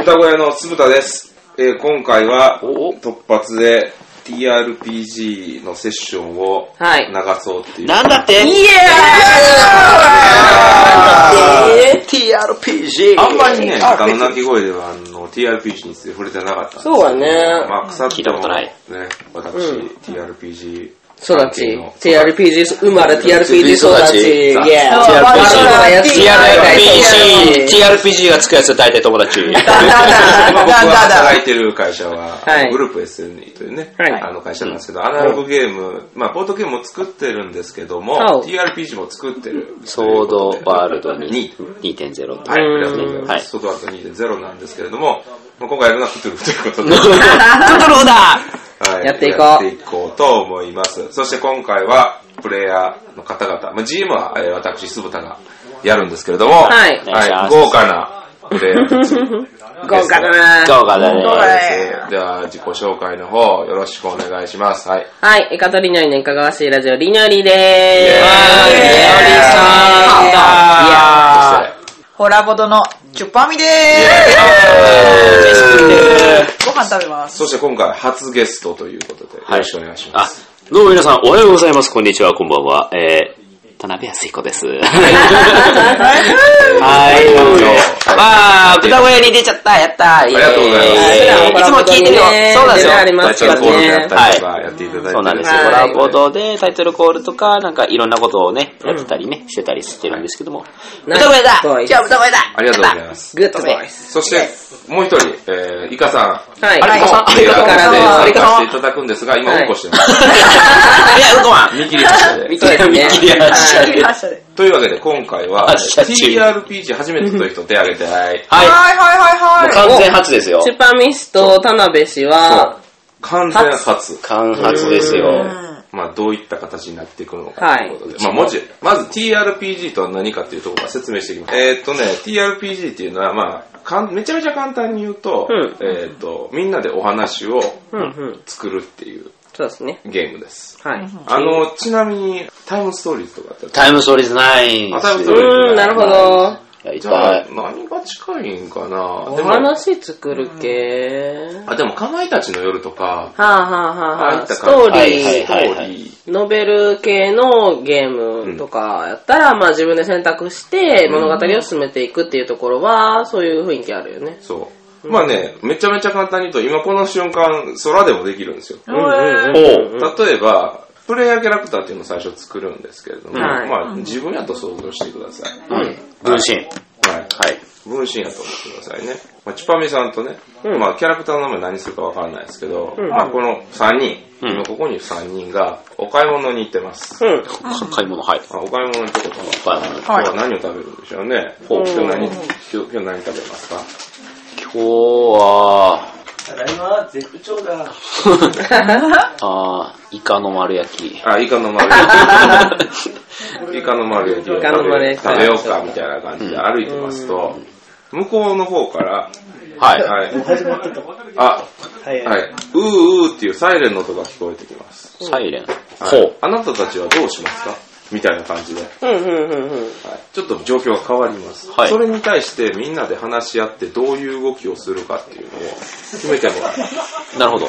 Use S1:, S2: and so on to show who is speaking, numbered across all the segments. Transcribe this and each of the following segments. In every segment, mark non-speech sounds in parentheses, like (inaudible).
S1: 歌小屋の鈴田です、えー今回は突発で TRPG のセッションを
S2: はい
S1: 流そうっていう、
S3: なんだって
S2: イエーイ
S3: ?TRPG!
S1: あんまりね、あの鳴き声ではあの TRPG について触れてなかったんです
S2: そうだね。
S1: まあ、腐って
S3: 聞いたことない
S1: もね、私、
S2: うん
S1: TRPG
S2: 育ち。TRPG (laughs) 生まれ TRPG 育
S3: 育
S2: ち。イ
S3: ち
S2: ェーイ。
S3: そう
S2: バカなやつになりたい
S3: TRPG、TRPG がつくやつは大体友達。
S1: 今僕が働いてる会社は、
S2: はい
S1: グループ SNE というね、
S2: はい
S1: あの会社なんですけど、アナログゲーム、まあ、ボードゲームも作ってるんですけども、
S2: はい
S1: TRPG も作ってる。
S3: ソードワールドに
S1: 2
S3: 2.0
S1: はい、ありがとうございま
S3: はい
S1: す。ソードアート2.0なんですけれども、まあ今回やるのはクトゥルフということで、
S3: トロだ
S1: は
S2: やっていこう
S1: やっていこうと思います。そして今回は、プレイヤーの方々、まあ、GM はえー私、鈴田がやるんですけれども、
S2: はい
S1: はい、豪華なプレイヤーたち
S2: 豪華だな
S3: どうかだね。
S1: です。では、自己紹介の方、よろしくお願いします。はい。
S2: はい、エカトリニョリのいかがわしいラジオ、リニョリ
S1: イ
S2: でーす。リニョリ
S1: エーイ
S2: さん
S3: い
S2: だ
S3: や
S4: ホラボドのチュッパミで
S1: そして
S4: ーす。ご飯食べます。
S1: そして今回、初ゲストということで、よろしくお願いしま
S3: あ
S1: す。、
S3: どうも皆さん、おはようございます。こんにちは、こんばんは。えー、田辺康彦です。はい、どうも。あー、豚小屋に出ちゃった、やったー。イエーイ
S1: ありがとうございます
S3: いつも聞いてるよ。そうなんですよ。
S2: あります
S1: タイ
S2: か
S1: トル
S2: ら
S1: コールであ
S2: ね
S1: っ。たりとか、やっていただいて、
S3: そうなんですよ。コ
S2: はい
S3: ラボドでタイトルコールとか、なんかいろんなことをね、やってたりね、してたりしてるんですけども。
S2: なん
S3: 豚小屋だ
S2: ボイス
S3: 今日は豚小屋だ
S1: ありがとうございます。
S2: グッドボイス。
S1: そして、もう一人、えー、イカさん。
S2: はい
S3: ありがとう
S1: プレイヤーとして
S3: あ
S1: 参
S3: り
S1: 加
S3: がとう
S1: していただくんですが、今、
S2: はい
S1: うんこしてます。
S3: いや、うんこマン
S1: 見切り発車で。
S2: そうですね
S3: 見切り発車で
S4: はいはい
S1: というわけで、今回は、
S3: 発車中
S1: TRPG 初めてという人手挙げて、はい。
S3: は。
S4: はいいはい。
S3: 完全初ですよ
S2: チ。ュパミスと田辺氏は、
S1: 完全初。
S3: 完発ですよ。
S1: まあ、どういった形になっていくのか
S2: は
S1: と
S2: い
S1: いうことで。まあ、もちまず TRPG とは何かっていうところから説明していきます。えーっとね、TRPG っていうのは、まあ、かんめちゃめちゃ簡単に言うと、
S2: うん
S1: えーっと、みんなでお話を
S2: うんうん。
S1: 作るっていう
S2: そうですね。
S1: ゲームです。
S2: はい。
S1: あの、ちなみに、タイムストーリーズとかって
S3: タイムストーリーズないん
S1: あ
S3: で
S1: タイムス
S3: す
S1: トー
S3: よ。
S1: リーズ
S2: うーん、なるほど。
S3: やり
S1: じゃ
S3: た
S1: あ
S3: い。、
S1: 何が近いんかな
S2: お
S1: でも、
S2: 話作る系。
S1: あ、でも、かまいたちの夜とか、
S2: はあはあはあ
S1: あ
S2: は
S1: あい
S2: あ、
S1: った
S2: ストー
S1: 感
S2: リ
S1: じ
S2: ー、
S3: はいはい
S1: ストーリー
S2: ノベル系のゲームとかやったら、まあ自分で選択して物語を進めていくっていうところは、そういう雰囲気あるよね。
S1: そう。まあね、めちゃめちゃ簡単に言うと、今この瞬間、空でもできるんですよ。
S4: うんうんうん
S3: おう
S1: 例えば、プレイヤーキャラクターっていうのを最初作るんですけれども、
S2: はい
S1: まあ自分やと想像してください。は
S3: うん。分身。
S1: い。分身やと思ってくださいね。まあ、チュパミさんとね、まあキャラクターの名前何するかわかんないですけど、まあこの3人、
S3: うん
S1: 今ここに3人がお買い物に行ってます。
S2: うん。
S3: か買い物、はい。
S1: あお買い物に行ってことは、
S3: 買い物
S1: 今日は何を食べるんでしょうね。
S3: ほう
S1: 今日何、今日今日何食べますか
S3: 今日は、ただいま、絶不調だ。 (laughs) あー、イカの丸焼
S1: (laughs)
S3: き。
S1: あ、イカの丸焼き。イカの丸焼きを
S2: イカの丸焼き
S1: 食べようか、みたいな感じで歩いてますと、向こうの方から、
S3: はい。
S1: はい。あ、はい、うーうーっていうサイレンの音が聞こえてきます。
S3: サイレン。
S1: はい
S3: ほう。
S1: あなたたちはどうしますかみたいな感じで、はい。
S2: うんうんうんうん。
S1: ちょっと状況が変わります。
S3: はい
S1: それに対してみんなで話し合ってどういう動きをするかっていうのを決めてもらう。
S3: なるほど。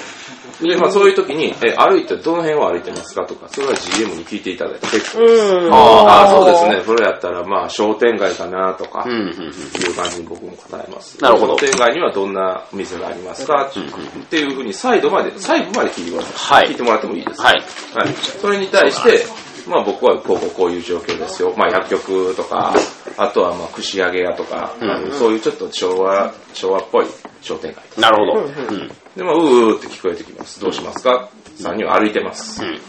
S1: で、まあそういう時に、え、歩いて、どの辺を歩いてますかとか、それは GM に聞いていただいて結構です。
S2: うん
S1: ああ、そうですね。それやったら、まあ商店街かなとか、
S3: うん、うん、うん。
S1: いう感じに僕も答えます。
S3: なるほど
S1: 商店街にはどんなお店がありますかっていうふうに、サイドまで、細部まで聞いてください。
S3: は
S1: 聞
S3: い
S1: いてもらってもいいです。
S3: はい。
S1: はい。それに対して、まあ僕はこうこうこういう状況ですよ。まあ薬局とか、あとはまあ串揚げ屋とか、
S3: ん
S1: あのそういうちょっと昭和、昭和っぽい商店街。
S3: なるほど。うん。
S1: で、まあ、うーうーって聞こえてきます。どうしますか ?3 人は歩いてます。
S2: うん、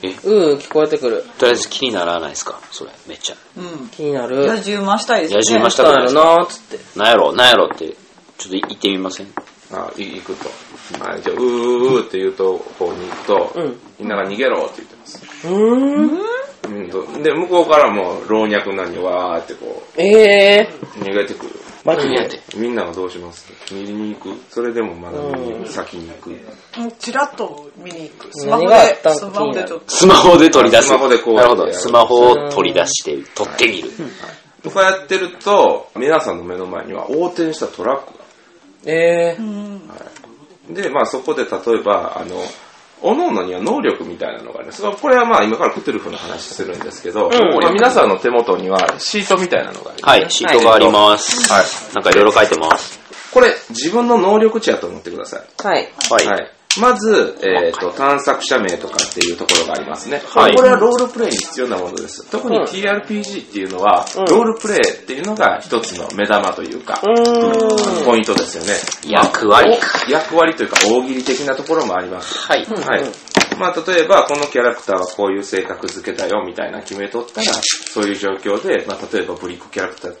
S2: 聞こえてくる。
S3: とりあえず気にならないですかそれ、めっちゃ。
S4: うん。
S2: 気になる。
S4: 野獣回したいですね。
S3: 野獣回し
S2: そうやろなーっつって。
S3: なんやろ、なんやろって、ちょっと行ってみません
S1: あい行くと。はい、じゃあ、うーうーって言うと、こうに行くと、
S2: うん
S1: みんなが逃げろって言ってます。
S2: うーん。
S1: うんと、で、向こうからもう老若男女わーってこ
S2: ええ
S1: う、逃げてくる。
S3: マジで。
S1: みんながどうします見に行くそれでもまだ見に行く先に行く
S4: うんチラッと見に行く。スマホ
S2: 何があっ
S4: で
S2: た、んか
S4: スマホでちょっと。
S3: スマホで取り出す。
S1: スマホでこう
S3: なるほど。スマホを取り出して、取ってみる。
S1: とかやってると、皆さんの目の前には横転したトラックが
S2: え
S4: う
S2: ー、
S4: ん。
S1: で、まあそこで例えば、あの、各々には能力みたいなのがあるんです。これはまあ今からクトゥルフの話するんですけど、まあ皆さんの手元にはシートみたいなのがあります。
S5: はい、シートがあります。
S1: はい。
S5: なんかいろいろ書いてます。
S1: これ、自分の能力値やと思ってください。
S2: はい。
S5: はい。
S1: はい。まず、えっ、と、探索者名とかっていうところがありますね。
S5: はい
S1: これはロールプレイに必要なものです。特に
S2: うん
S1: TRPG っていうのは、
S2: うん
S1: ロールプレイっていうのが一つの目玉というか、
S2: うーん。
S1: ポイントですよね。
S5: 役割。
S1: お役割というか大喜利的なところもあります。
S5: はい。
S1: はい。まあ、例えば、このキャラクターはこういう性格付けだよ、みたいな決めとったら、そういう状況で、まあ、例えば、ブリコキャラクター、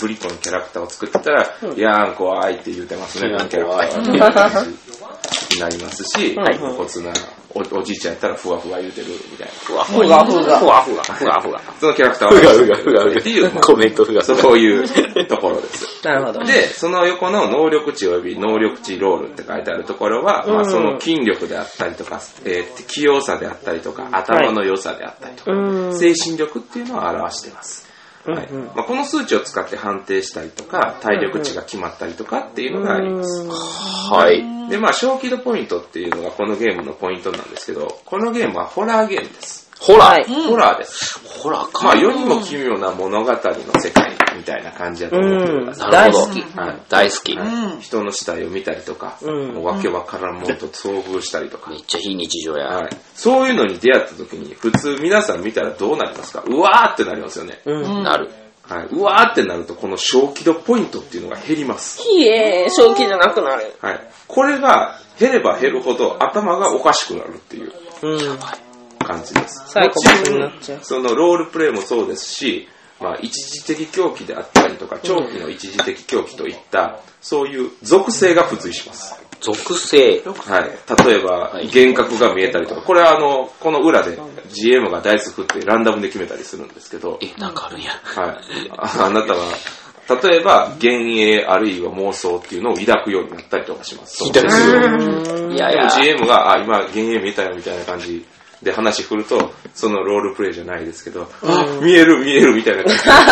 S1: ブリコのキャラクターを作ってたら、やーん、怖いって言うてますね、
S5: やー
S1: この
S5: ん
S1: キャラクターはっていう感じになりますし、
S2: はい
S1: 露骨なお、おじいちゃんやったら、ふわふわ言うてる、みたいな。
S5: ふわふ
S2: ふがふが
S5: ふわふが。ふわふが。
S1: そのキャラクターは、
S5: ふがふがふが
S1: って (laughs) いう、
S5: ふ
S1: ま
S5: が。
S1: あ
S5: コメントふが。
S1: そうそういうところです。
S2: なるほど。
S1: で、その横の能力値及び能力値ロールって書いてあるところは、まあ、その筋力であったりとか、えー器用さであったりとか、頭の良さであったりとか、
S2: うん
S1: 精神力っていうのを表しています。はい
S2: うんうん
S1: まあ、この数値を使って判定したりとか、体力値が決まったりとかっていうのがあります。
S5: はい。
S1: で、まあ、小規度ポイントっていうのがこのゲームのポイントなんですけど、このゲームはホラーゲームです。
S5: ほら。
S2: はい
S1: ホラーです。
S5: ほら
S1: まあ、
S5: か。
S1: 世にも奇妙な物語の世界みたいな感じだと
S2: う
S1: 思ってく
S2: ん
S1: だ。さい。
S2: 大好き。
S1: はい
S5: 大好き。め
S1: はい人の死体を見たりとか、
S2: うん
S1: もうわけわからんものと遭遇したりとか、
S5: っちゃ非日常や
S1: は。い、そういうのに出会った時に普通皆さん見たらどうなりますかうわーってなりますよね、
S2: うん。
S5: なる。
S1: はいうわーってなるとこの小気度ポイントっていうのが減ります、
S2: ひえー、正気じゃなくなる。
S1: はい、これが減れば減るほど頭がおかしくなるっていう
S2: うん。
S1: 感じです
S2: サイコパスになっちゃう
S1: もそのロールプレイもそうですし、まあ、一時的狂気であったりとか長期の一時的狂気といったそういう属性が付随します
S5: 属性。
S1: はい、例えば、幻覚が見えたりとか、これはあの、この裏で GM がダイス振ってランダムで決めたりするんですけど、
S5: え、なんかあるんや。
S1: はい、ああなたは、例えば、幻影あるいは妄想っていうのを抱くようになったりとかします。
S5: 抱くようにいやい
S1: で
S5: や
S1: も。GM が、あ、今、幻影見えたよみたいな感じで話振ると、そのロールプレイじゃないですけど、あ見える見えるみたいな感じで、 (laughs) プレイ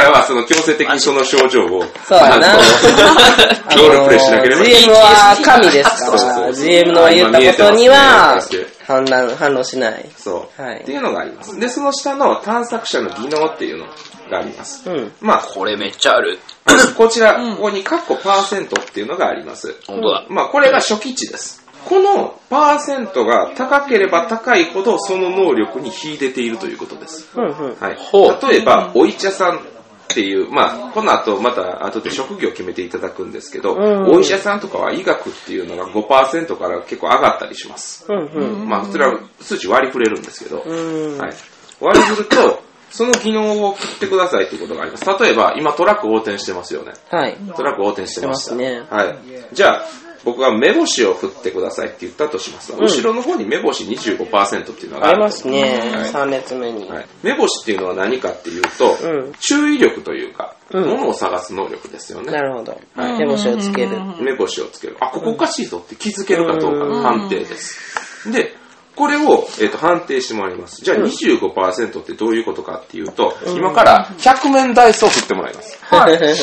S1: ヤーはその強制的にその症状を、
S2: そうやな。
S1: あのロールプレイしなければいけない
S2: GM は神ですか
S1: そうそうそ
S2: ら、
S1: う
S2: GM の言っ
S1: まあ
S2: たことに
S1: 見えて
S2: は
S1: ますね
S2: 反乱、反応しない。
S1: そう、
S2: はい
S1: っていうのがあります。で、その下の探索者の技能っていうのがあります。
S2: うん。
S1: まあ、
S2: (coughs)
S5: これめっちゃある。
S1: こちら、ここにカッコパーセントっていうのがあります。
S5: 本当だ。
S1: まあ、これが初期値です。このパーセントが高ければ高いほどその能力に秀でているということです。
S2: うんうん。
S1: はい、例えば、お医者さんっていう、まあ、この後また後で職業を決めていただくんですけど、
S2: うん
S1: お医者さんとかは医学っていうのが5%から結構上がったりします。
S2: うんうん。
S1: まあ、それは数値割り振れるんですけど、
S2: うん
S1: はい、割り振ると、その技能を切ってくださいということがあります。例えば、今トラック横転してますよね。
S2: はい。
S1: トラック横転してました。
S2: してます
S1: はい。じゃあ、僕が目星を振ってくださいって言ったとします。後ろの方に目星25%っていうのが
S2: あ
S1: あ
S2: り
S1: る
S2: ますね
S1: はい。
S2: 3列目に。
S1: はい、目星っていうのは何かっていうと、
S2: うん
S1: 注意力というか、
S2: うん
S1: 物を探す能力ですよ
S2: な
S1: ね。
S2: るほど。
S1: はい
S2: 手星をつける。
S1: 目星をつける。あ、ここおかしいぞって気づけるかどうか
S2: う
S1: の
S2: ん
S1: 判定です。で、これを、えっと判定してもらいます。じゃあ25%ってどういうことかっていうと、今から100面ダイスを振ってもらいます。
S2: (laughs)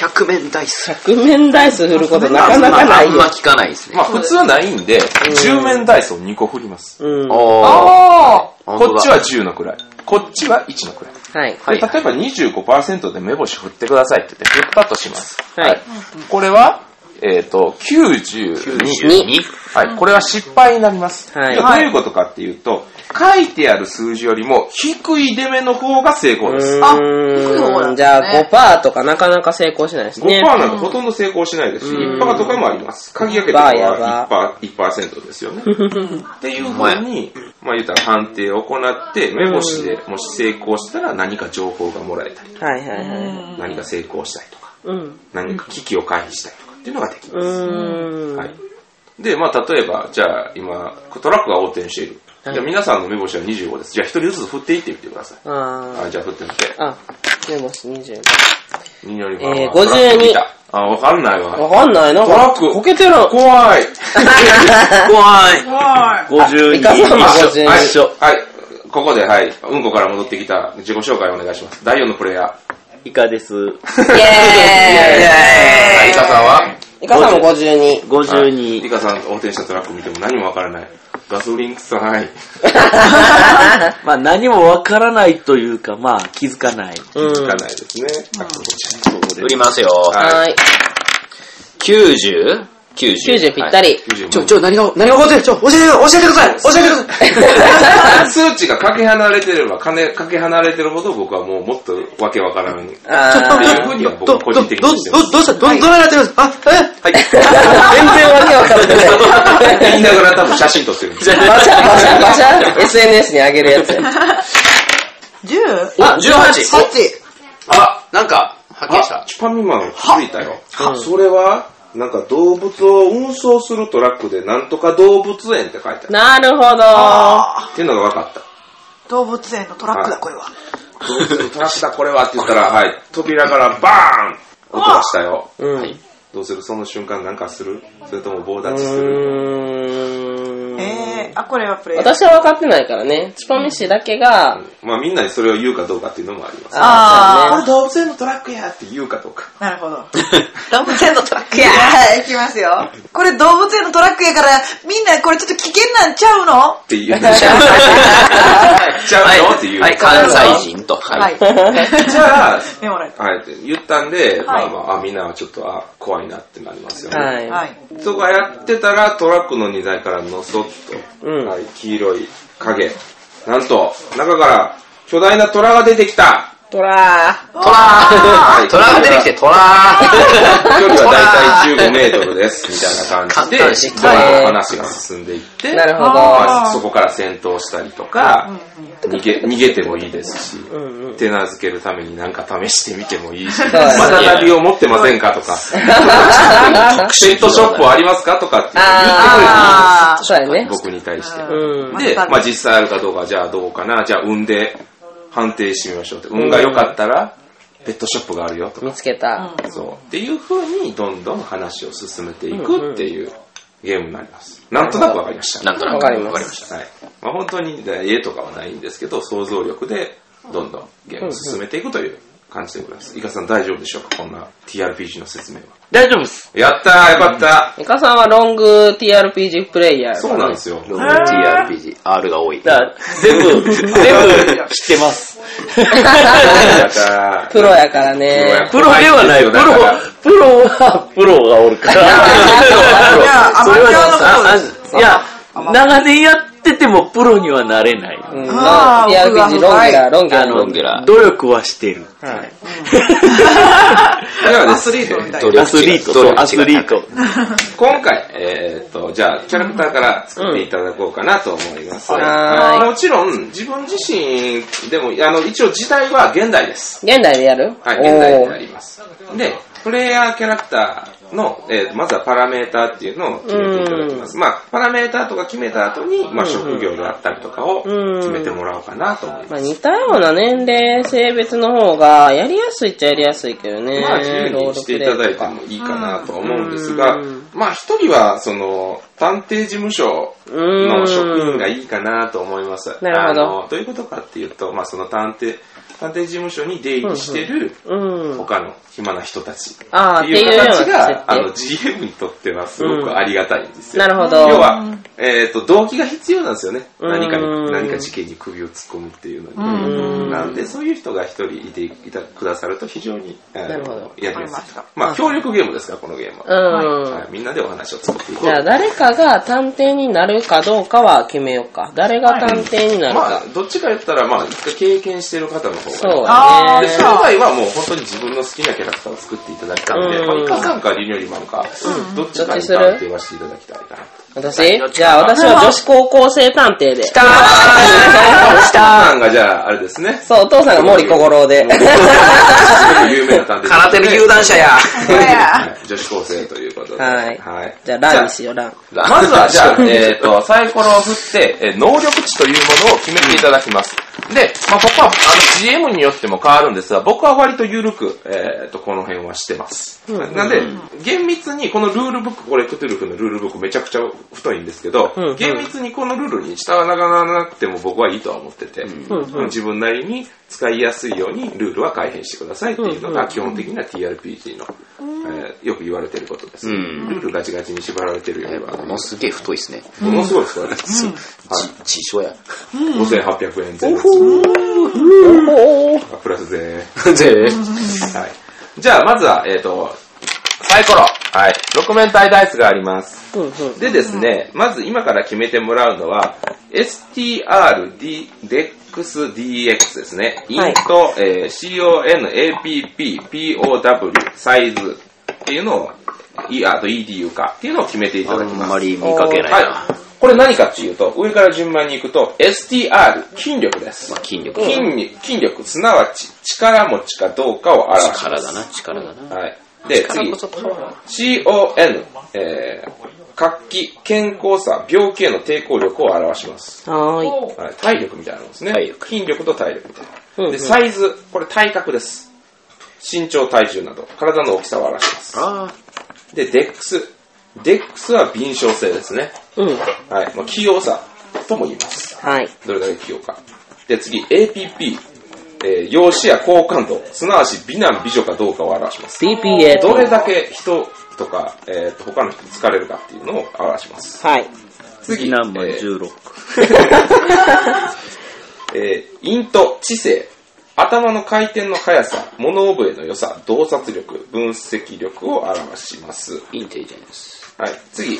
S5: 百面ダイス。
S2: 百面ダイス振ることなかなか
S5: まあ
S2: な
S5: あ
S2: い
S5: ん
S2: よ
S5: ま。聞かないですね。
S1: まあ普通はないんで、10面ダイスを2個振ります。
S2: うん。は
S5: あ
S4: あ
S5: あ
S1: こっちは10の位、こっちは1の位。
S2: い。
S1: で
S5: は
S1: 例え
S5: い
S1: ば25%で目星振ってくださいって言って振ったとします。
S2: はい
S1: これは、えっ、と、92。
S5: 92。
S1: はい。これは失敗になります。
S2: はい
S1: じゃあどういうことかっていうと、書いてある数字よりも低い出目の方が成功です。
S4: あ
S2: うーん。じゃあ5%とかなかなか成功しないです
S1: 5%
S2: ね。
S1: なんかほとんど成功しないですし、
S2: うん
S1: 1%とかもあります。鍵開けたのは 1%, 1%ですよね。っていうふうに、まあ言ったら判定を行って、目星でもし成功したら何か情報がもらえたりとか、
S2: はいはいはい。
S1: 何か成功したりとか、
S2: うん。
S1: 何か危機を回避したりとかっていうのができ
S2: う
S1: ます。
S2: ーん。
S1: はい。で、まあ例えば、じゃあ今、トラックが横転している。じゃあ皆さんの目星は25です。じゃあ一人ずつ振っていってみてください。
S2: あ
S1: あ、じゃあ振ってみて。
S2: ー。あ、目星25。
S1: みのり
S2: え
S1: まあ
S2: ー
S1: トラック見たあ、わかんないわ。
S2: わかんないな。
S1: トラック
S2: こけてる。
S1: 怖い。
S5: 怖い。
S4: あ。はい。
S5: 52。
S2: イカさんも52
S1: はい、はい、ここで、はい、うんこから戻ってきた自己紹介をお願いします。第4のプレイヤー。
S5: (laughs) イカです。
S2: イェーイ
S5: (laughs)
S1: はいイカさんは
S2: イカさんも52。
S1: リ
S5: 52。
S1: カさん横転したトラック見ても何もわからない。ガソリン臭い。
S5: まあ何もわからないというか、まあ気づかない。
S1: 気づかないですね。
S5: 売りますよ。
S2: はい。
S5: 90?90 90
S2: 90ぴった。り。
S1: 90
S5: ちょ、ちょ、何が、何が起こってるちょ、教えて、教えてください教えてください
S1: 数値がかけ離れてれば、かねかけ離れてるほど僕はもうもっとわけわ
S5: (laughs)
S1: からん。っていう
S2: あー
S1: ふうには僕
S5: ど、
S1: は個
S5: ど、ど、
S1: 人
S5: ど、ど
S1: 的に
S5: う
S1: してます。
S5: したど、どないなってるんですかあ、
S1: はい。
S2: 全然わけわかんない。
S1: 言いながら多分写真撮ってるんですよ。
S2: バシャバシャバシャ SNS に上げるやつ。
S4: 10?
S3: あ、18!
S4: 8!
S3: あ、なんか、発見した。
S1: チュパミマン気づいたよ。それは、なんか動物を運送するトラックでなんとか動物園って書いてある。
S2: なるほど。
S4: あ
S1: っていうのが分かった。
S4: ー動物園のトラックだ、これは。
S1: 動物のトラックだこれはって言ったら、はい、扉からバーン音がしたよ。
S2: うん。
S1: どうするその瞬間なんかするそれとも棒
S2: う
S1: 立ちする
S2: ーん
S4: えー、あ、これはプレイ。
S2: 私は分かってないからね。チュパミ氏だけが、
S1: まあみんなにそれを言うかどうかっていうのもあります。こ
S4: あ
S1: れ動物園のトラックやって言うかどうか。
S4: ー、なるほど。動物園のトラックやいきますよ。これ動物園のトラックやから、みんなこれちょっと危険なんちゃうの
S1: って言う。ちゃうよって言う。
S5: はい、関西人と。は。
S4: はいい。じ
S1: じゃあ、
S4: メモられた。
S1: はいって言ったんで、
S4: は
S1: ま
S4: い
S1: あまあ、あみんなはちょっと、あ、怖いなってなりますよね。
S2: は。
S4: はいい。
S1: 人がやってたらトラックの荷台からのそっと、
S2: うん
S1: はい、黄色い影なんと中から巨大な虎が出てきた
S2: トラ
S4: ト
S1: は
S4: ラ
S1: い
S5: トラが出てきて、トラ
S1: 距離はだいたい15メートルです
S2: (laughs)
S1: みたいな感じで
S5: 簡単し
S1: どんどん話が進んでいって
S2: ー。なるほど。
S1: まあ、そこから戦闘したりとか逃げ逃げてもいいですし
S2: うんうん。
S1: 手なずけるために何か試してみてもいいしま
S2: ですね
S1: たナビを持ってませんかとかペットショップありますかとかって言って
S4: あ
S2: そうやね
S1: くる。僕に対して。
S2: うん。
S1: で、
S4: まあ
S1: まあ実際あるかどうか、じゃあどうかな、じゃあ運で判定してみましょうって。運が良かったら、ペットショップがあるよとか、
S2: 見つけた。
S1: そう。っていう風に、どんどん話を進めていくっていうゲームになります。なんとなくわかりました。
S5: なんとなく
S2: わかります
S5: わかりました。
S1: はい。まあ本当にね絵とかはないんですけど、想像力でどんどんゲームを進めていくという感じでございます。イカさん大丈夫でしょうかこんな TRPG の説明は。
S5: 大丈夫です。
S1: やったーよかった
S2: イカさんはロング TRPG プレイヤー。
S1: そうなんですよ。
S5: TRPG、R が多い。
S2: だから
S5: 全 (laughs) 部、全部知ってます。
S1: やったー
S5: (laughs)
S2: プロやからね。
S5: プロではないよ。プロ
S1: だから、
S5: プロは、プロがおる (laughs) から。
S4: いやアマチュアのこと
S5: いや、長年やっててもプロにはなれない。
S2: うん
S4: あー
S2: TRPG ロン
S4: 奥
S2: グ
S4: が深い
S2: ラ、ロングラ。
S5: あの、
S2: グラ。
S5: 努力はしてる。
S2: はい。
S1: ではで
S4: ア
S1: す
S4: ス
S1: ね
S4: リートみたい
S3: 努
S4: な。
S5: ア
S3: 力
S5: ス
S3: 値
S5: リート、そう、アスリー。
S3: 努力値が高い
S5: ト。
S1: 今回、えーっと、じゃあ、キャラクターから作っていただこうかなと思います。
S2: うん
S1: あ
S2: は
S1: の
S2: い
S1: もちろん、自分自身でも、あの、一応時代は現代です。
S2: 現代でやる
S1: はい、現代にな
S2: おー
S1: ります。で、プレイヤーキャラクターの、えーまずはパラメーターっていうのを決めていただきます。まあ、パラメーターとか決めた後に、まあ、職業であったりとかを
S2: うん
S1: 決めてもらおうかなと思います。
S2: まあ、似たような年齢、性別の方が、やりやすいっちゃやりやすいけどね。
S1: まあ、自由
S2: ロー
S1: に
S2: ル
S1: し
S2: プ
S1: てい
S2: レイ
S1: た
S2: とか
S1: だいてもいいかなとは思うんですが
S2: うん、
S1: まあ、一人は、その、探偵事務所の職員がいいかなと思います。
S2: んなるほど
S1: あのどういうことかっていうと、まあ、その探偵、探偵事務所に出入りしてる
S2: うん。
S1: 他の暇な人たちって
S2: ああ、って
S1: い
S2: いう
S1: う
S2: ような
S1: 形が、あ
S2: 設
S1: の、GM にとってはすごくありがたいんです
S2: 定。
S1: よ。
S2: なるほ
S1: 要
S2: ど。
S1: は、えっ、と、動機が必要なんですよね。
S2: うん
S1: 何かに、何か事件に首を突っ込むっていうのに。
S2: うん
S1: なんで、そういう人が一人いていたくださると非常に、えー
S2: なるほど
S1: やりや
S4: わかりますし
S1: い
S4: た。
S1: まあ、協力ゲームですから、このゲームは。
S2: うん。
S1: はい、みんなでお話を作っていこう
S2: じゃあ、誰かが探偵になるかどうかは決めようか。誰が探偵になるか。
S1: まあ、どっちか言ったら、まあ、一回経験してる方の方が。
S2: そう
S4: あ
S2: だ
S4: ー
S1: で、
S2: ね。
S1: 商売はもう本当に自分の好きなキャラクターを作っていただいたん
S2: う
S1: で、
S2: ん
S1: まあ、イカさんかリニョリマンか、どっちかに
S2: どっちする
S1: 探定はしていただきたいなと。
S2: 私じゃあ、私は女子高校生探偵で。
S1: お父さんがじゃあ、あれですね。
S2: そう、お父さんが森小五郎で。
S1: すごく有名な探偵。
S3: 空手の有段者や。
S4: これや。
S1: はい女子高生ということで。
S2: はい
S1: はい。
S2: じゃあ、ランにしよう、ラン。 (laughs)
S1: まずは、じゃあ、えっ、と、サイコロを振って、えー能力値というものを決めていただきます。で、まあ、ここは、あの、GM によっても変わるんですが、僕は割と緩く、えっ、と、この辺はしてます。なんで、厳密に、このルールブック、これ、クトゥルフのルールブックめちゃくちゃ太いんですけど、
S2: うんうん
S1: 厳密にこのルールに従わなくても僕はいいとは思ってて、
S2: うんうん
S1: 自分なりに使いやすいようにルールは改変してくださいっていうのが基本的な TRPG の、えーよく言われてることです。
S3: うん
S1: ルールガチガチに縛られてるよりは、
S3: ものすげえ太いですね。
S1: ものすごい太いです。
S3: ち、ちし
S5: (laughs)
S3: ょや。
S1: はい、5800円前後。プラス税。
S3: ぜ
S1: はい。じゃあ、まずは、えっ、と、サイコロ。はい。6面体ダイスがあります。
S2: うんうん。
S1: でですね、まず今から決めてもらうのは、strdexdx ですね。イン
S2: はい
S1: ト、えー conapppow サイズっていうのを、いあと edu かっていうのを決めていただきます。
S3: あんまり見かけないな。
S1: はい。これ何かっていうと、上から順番に行くと、STR、筋力です。
S3: 筋力。
S1: 筋に筋力、すなわち力持ちかどうかを表し
S3: 力だな、力だな。
S1: はい。で、次、CON、えー、活気、健康さ、病気への抵抗力を表します。
S2: はーい。
S1: はい、体力みたいなもんですね。
S3: 体力
S1: 筋力と体力みたい
S2: うんう
S1: な。で、
S2: ん
S1: サイズ、これ体格です。身長、体重など、体の大きさを表します。
S3: ああ、
S1: で、デックス。デックスは敏捷性ですね。
S2: うん。
S1: はい。まあ、器用さとも言います。
S2: はい。
S1: どれだけ器用か。で、次、APP。えー、容姿や好感度、すなわち美男美女かどうかを表します。
S2: BPA と。
S1: どれだけ人とか、えーと他の人に好かれるかっていうのを表します。
S2: はい。
S1: 次、
S5: ナンバ
S1: え
S5: ー
S1: ー
S5: 16。
S1: えーイント、知性、頭の回転の速さ、物覚えの良さ、洞察力、分析力を表します。
S3: インテリジェンス。
S1: はい、次、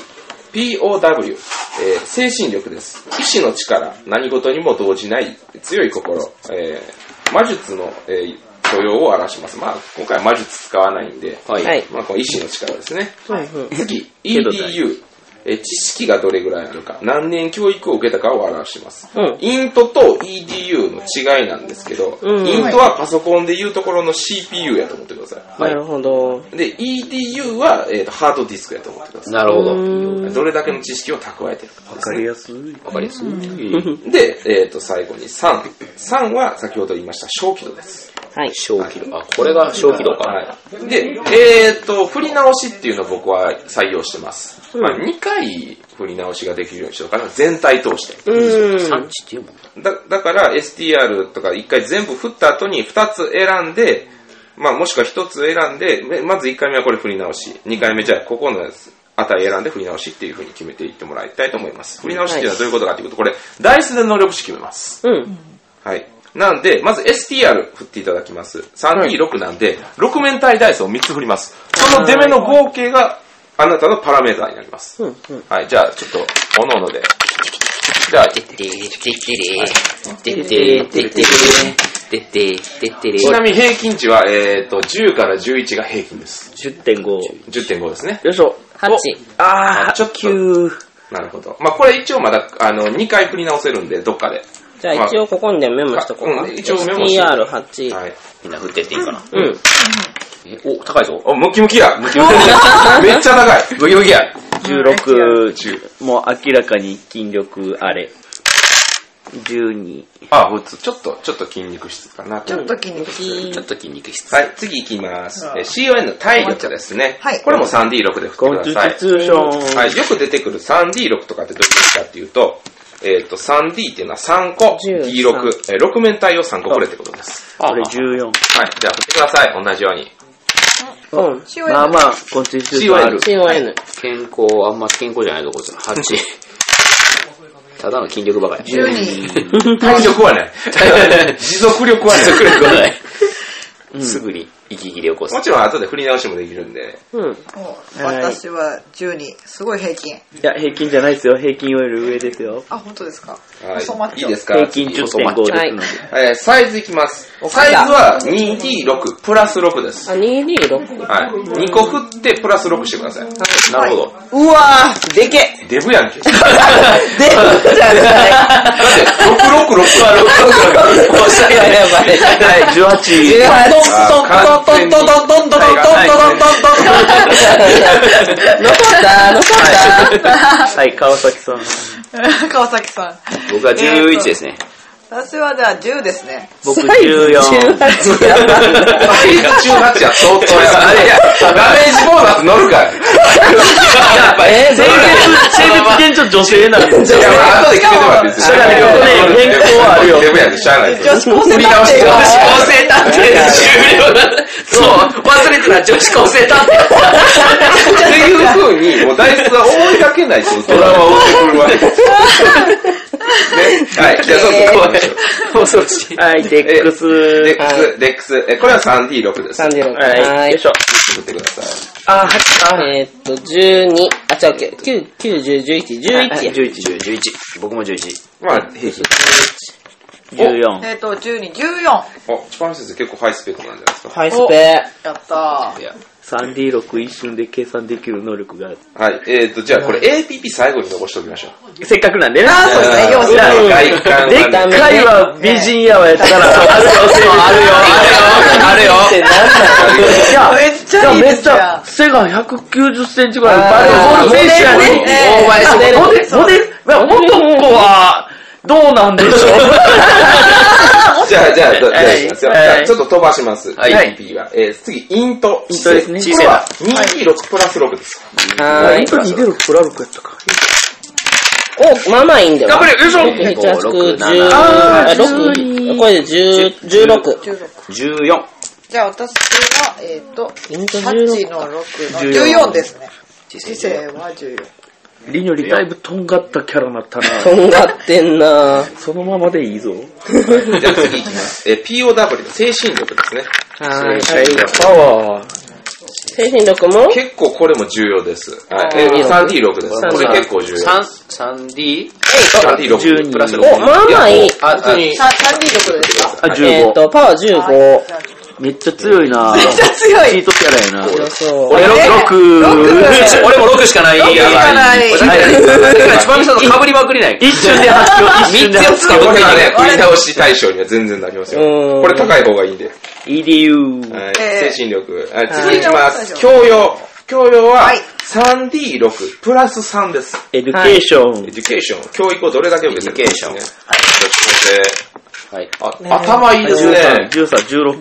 S1: POW、えー精神力です。意志の力、何事にも動じない強い心、えー魔術の、えー素養を表します。まあ、今回は魔術使わないんで、
S3: はい。
S2: はい。
S1: まあ、この意志の力ですね。
S2: うんうん
S1: 次、EDU。えー知識がどれぐらいあるか、何年教育を受けたかを表します。
S2: うん
S1: イントと EDU の違いなんですけど、
S2: うん
S1: イントはパソコンでいうところの CPU やと思ってくださ
S2: なるほど。
S1: い。で、EDU は、えーとハードディスクやと思ってくださ
S3: なるほど。
S1: い。どれだけの知識を蓄えてるか。
S5: わかりやすい。
S3: わかりやすい。
S1: で、えっ、と、最後に3。3は先ほど言いました、小規度です。
S2: はい。
S3: 小気度。あ、これが小気度か。
S1: はい。で、えっ、と、振り直しっていうのを僕は採用してます。まあ、2回振り直しができるようにしようかな。全体通して。
S2: うん
S3: 産。地っていうもんな。
S1: だだから STR とか1回全部振った後に2つ選んで、まあ、もしくは1つ選んで、めまず1回目はこれ振り直し、2回目じゃあここのやつ値選んで振り直しっていうふうに決めていってもらいたいと思います。振り直しっていうのはどういうことかというと、これ、ダイスで能力値決めます。
S2: うん。
S1: はい。なんで、まず STR 振っていただきます。326なんで、6面体ダイスを3つ振ります。その出目の合計があなたのパラメーターになります。
S2: うん。うん。
S1: はい、じゃあちょっと、おのので。じゃあ、
S3: てってれてってれてってれてってれてってれ
S1: ちなみに平均値は、えー、と10から11が平均です。
S5: 10.5。
S1: 10.5ですね。
S5: よいしょ。
S2: 8。
S5: あー、
S1: ちょっと
S5: 9。
S1: なるほど。まあこれ一応まだあの2回振り直せるんで、どっかで。
S2: じゃあ一応ここにでメモしとこうか。
S1: うん一応メモし
S2: TR8。
S1: はい。
S3: みんな振ってっていいかな。
S2: うん。
S3: えお、高いぞ。
S1: お、ムキムキやムキムキ (laughs) めっちゃ高いムキムキや
S5: 16、10もう明らかに筋力あれ。12。
S1: あ、ほんとちょっと、ちょっと筋肉質かなと。
S4: ちょっと筋肉
S3: ちょっと筋肉質。
S1: はい、次行きます。え CON の体力ですね。
S4: はい
S1: これも 3D6 で振
S5: コ
S1: っ
S5: ン
S1: て
S5: ス
S1: ください。
S5: ティューション。
S1: はい、よく出てくる 3D6 とかってどういうことかっていうと、えっ、と、3D っていうのは3個、
S2: 13
S1: D6、えー6面体を3個くれってことです。
S5: こ
S1: は
S5: れ14。
S1: い、じゃあ振ってください、同じように。
S2: うん。
S4: CON
S5: まあまあ、コンスティューションある。
S2: CON。
S3: 健康、あんま健康じゃないとこですね。8。ただの筋力ばかり。
S4: 十二
S1: 体力はね、 (laughs) 持続力は
S3: 持
S1: ね、
S3: 続力がない。すぐに息切れを起こす
S1: も。ちろん後で振り直しもできるんで、
S2: うん。
S4: もう私は12。すごい平均。
S5: いや、平均じゃないですよ。平均より上ですよ。
S4: あ、本当ですか。細マ
S1: は
S4: ッ
S1: い、
S4: チ
S1: い
S4: ョ
S1: いですか
S5: 平均10.5です。
S2: はい
S1: えーサイズいきます。サイズは 2D6 プラス6です。
S2: あ、2D6。
S1: はい。2個振ってプラス6してください。なるほど。
S2: うわーでけっ
S1: デブやんけ。だって、
S2: でっじゃない
S1: 666は
S3: おしゃれやばい。
S5: はい、18。
S1: あー完全に
S2: 残った残った
S5: はい、川崎さん。
S4: (laughs) 川崎さん。
S3: 僕は11ですね。
S4: 私はじゃあ10ですね。
S5: 僕
S2: サイズ
S5: 14。
S2: 18やばいな
S1: 18は相当やばい。ダメージボーナス乗るかい。
S5: やっぱ、えー、性別、性別現状女性なんです
S1: い
S5: よ。
S1: や、まあ、後で決めてもらっていいです
S5: そうだね変更はあるよ
S1: デブやで、しゃあないです。
S4: 女子高生
S1: 見
S4: 探
S1: 直し
S4: 偵
S1: て
S4: は
S3: 高生探偵終了だ。そう、忘れてた女子高生探偵。
S1: っていう風に、もう大卒は思いがけない、そのドラマを追ってくるわけですよ。ね、はい、じゃあ、そうそう、こうでしょう。
S3: 恐ろしい。
S5: はい、デックス。
S1: レック
S2: は
S1: ス、レックス、え、これは 3D6 です。
S2: 36。
S5: は、
S2: はい
S5: よい
S2: い
S5: し。ょ。
S1: 振ってくださ
S2: あ、8か。えーっと、12。あ、違う、9、9、10、11、11や。
S3: 11、11、11。僕も11。
S1: い。まあ、平均。
S5: 14。
S4: えっと、12、14。
S1: お、一番先生結構ハイスペックなんじゃないですか。
S2: ハイスペ。
S4: やった
S1: い
S4: ー。
S1: や。
S5: 3D6 一瞬で計算できる能力がある。
S1: はい、えーと、じゃあこれ APP 最後に残しておきましょう。
S5: せっかくなんでな。
S4: あーそうですね要するに
S5: うん
S1: 外観はね
S5: でっかいは美人やわやったら、 (laughs) あるよ、
S3: あるよ、あるよ。
S5: (laughs) いや、
S4: めっちゃいい
S5: め
S4: で
S5: っ
S4: す
S5: ち
S4: よ
S5: ゃ、背が190センチぐらいある。バレーボール選手や
S4: ね
S5: ね
S4: え
S3: お前、そこ、
S5: モデ、モデ、まあ元子は、どうなんで (laughs) しょ
S1: じゃあ、じゃあ、じゃあ、
S5: はい
S1: じゃあじ
S5: はい
S1: ゃあちょっと飛ばします。
S3: はい
S1: APP は。えー、次、イント。イ
S5: ントですね
S1: これは 2D6 プラス6です。
S2: はーい。
S5: う。出るプラルクやったか。
S2: お、まあまあいいんだよ。
S5: 頑張れ、よいしょ
S2: 8、8、
S3: 5 6
S2: 10、
S5: あー
S2: 6、これで10 16。
S3: 14。
S4: じゃあ私は、えっと、
S2: イント
S4: 8
S2: 16
S4: の6の
S5: 14
S4: 14ですね。知性は14。
S5: りにょりだいぶとんがったキャラになったな。
S2: とんがってんなぁ。
S5: そのままでいいぞ。
S1: じゃあ次いきます。えー、POW の精神力ですね。
S2: はい。
S5: パワー。
S2: 精神力も
S1: 結構これも重要です。はい。え
S2: あ
S1: ー、
S2: ー
S1: 3D6 です。これ結構重要。
S3: 3D?
S1: 3D6 プラス6。
S2: お、まあまあいい。
S3: あ、普通に。
S4: さ3 D 力ですか
S5: あ、
S2: えーっ
S5: 15。
S2: と、パワー15。
S5: めっちゃ強いな
S4: めっちゃ強
S5: チ
S4: い。
S5: ートキャラやな。
S2: そう。
S5: 俺6。
S3: 俺も6しかない。
S4: 六しかない
S3: やばだから、ちばみさんと被りまくりない。
S5: 一瞬で発 (laughs) 狂、一瞬で発
S1: これはね、
S4: あ
S1: 振
S4: れ
S1: り倒し対象には全然なりますよ。
S2: うん
S1: これ高い方がいいんで。
S5: 狂。EDU。
S1: はい
S4: えー
S1: 精神力。はい、
S2: はい
S1: 次いきます。教養。教養は 3D6 プラス3です。
S5: エデュケーション。
S1: エデュケーション。教育をどれだけ受けてるかですね。
S3: エデュケーはい。
S1: そして、あ頭いいですね。
S5: 13、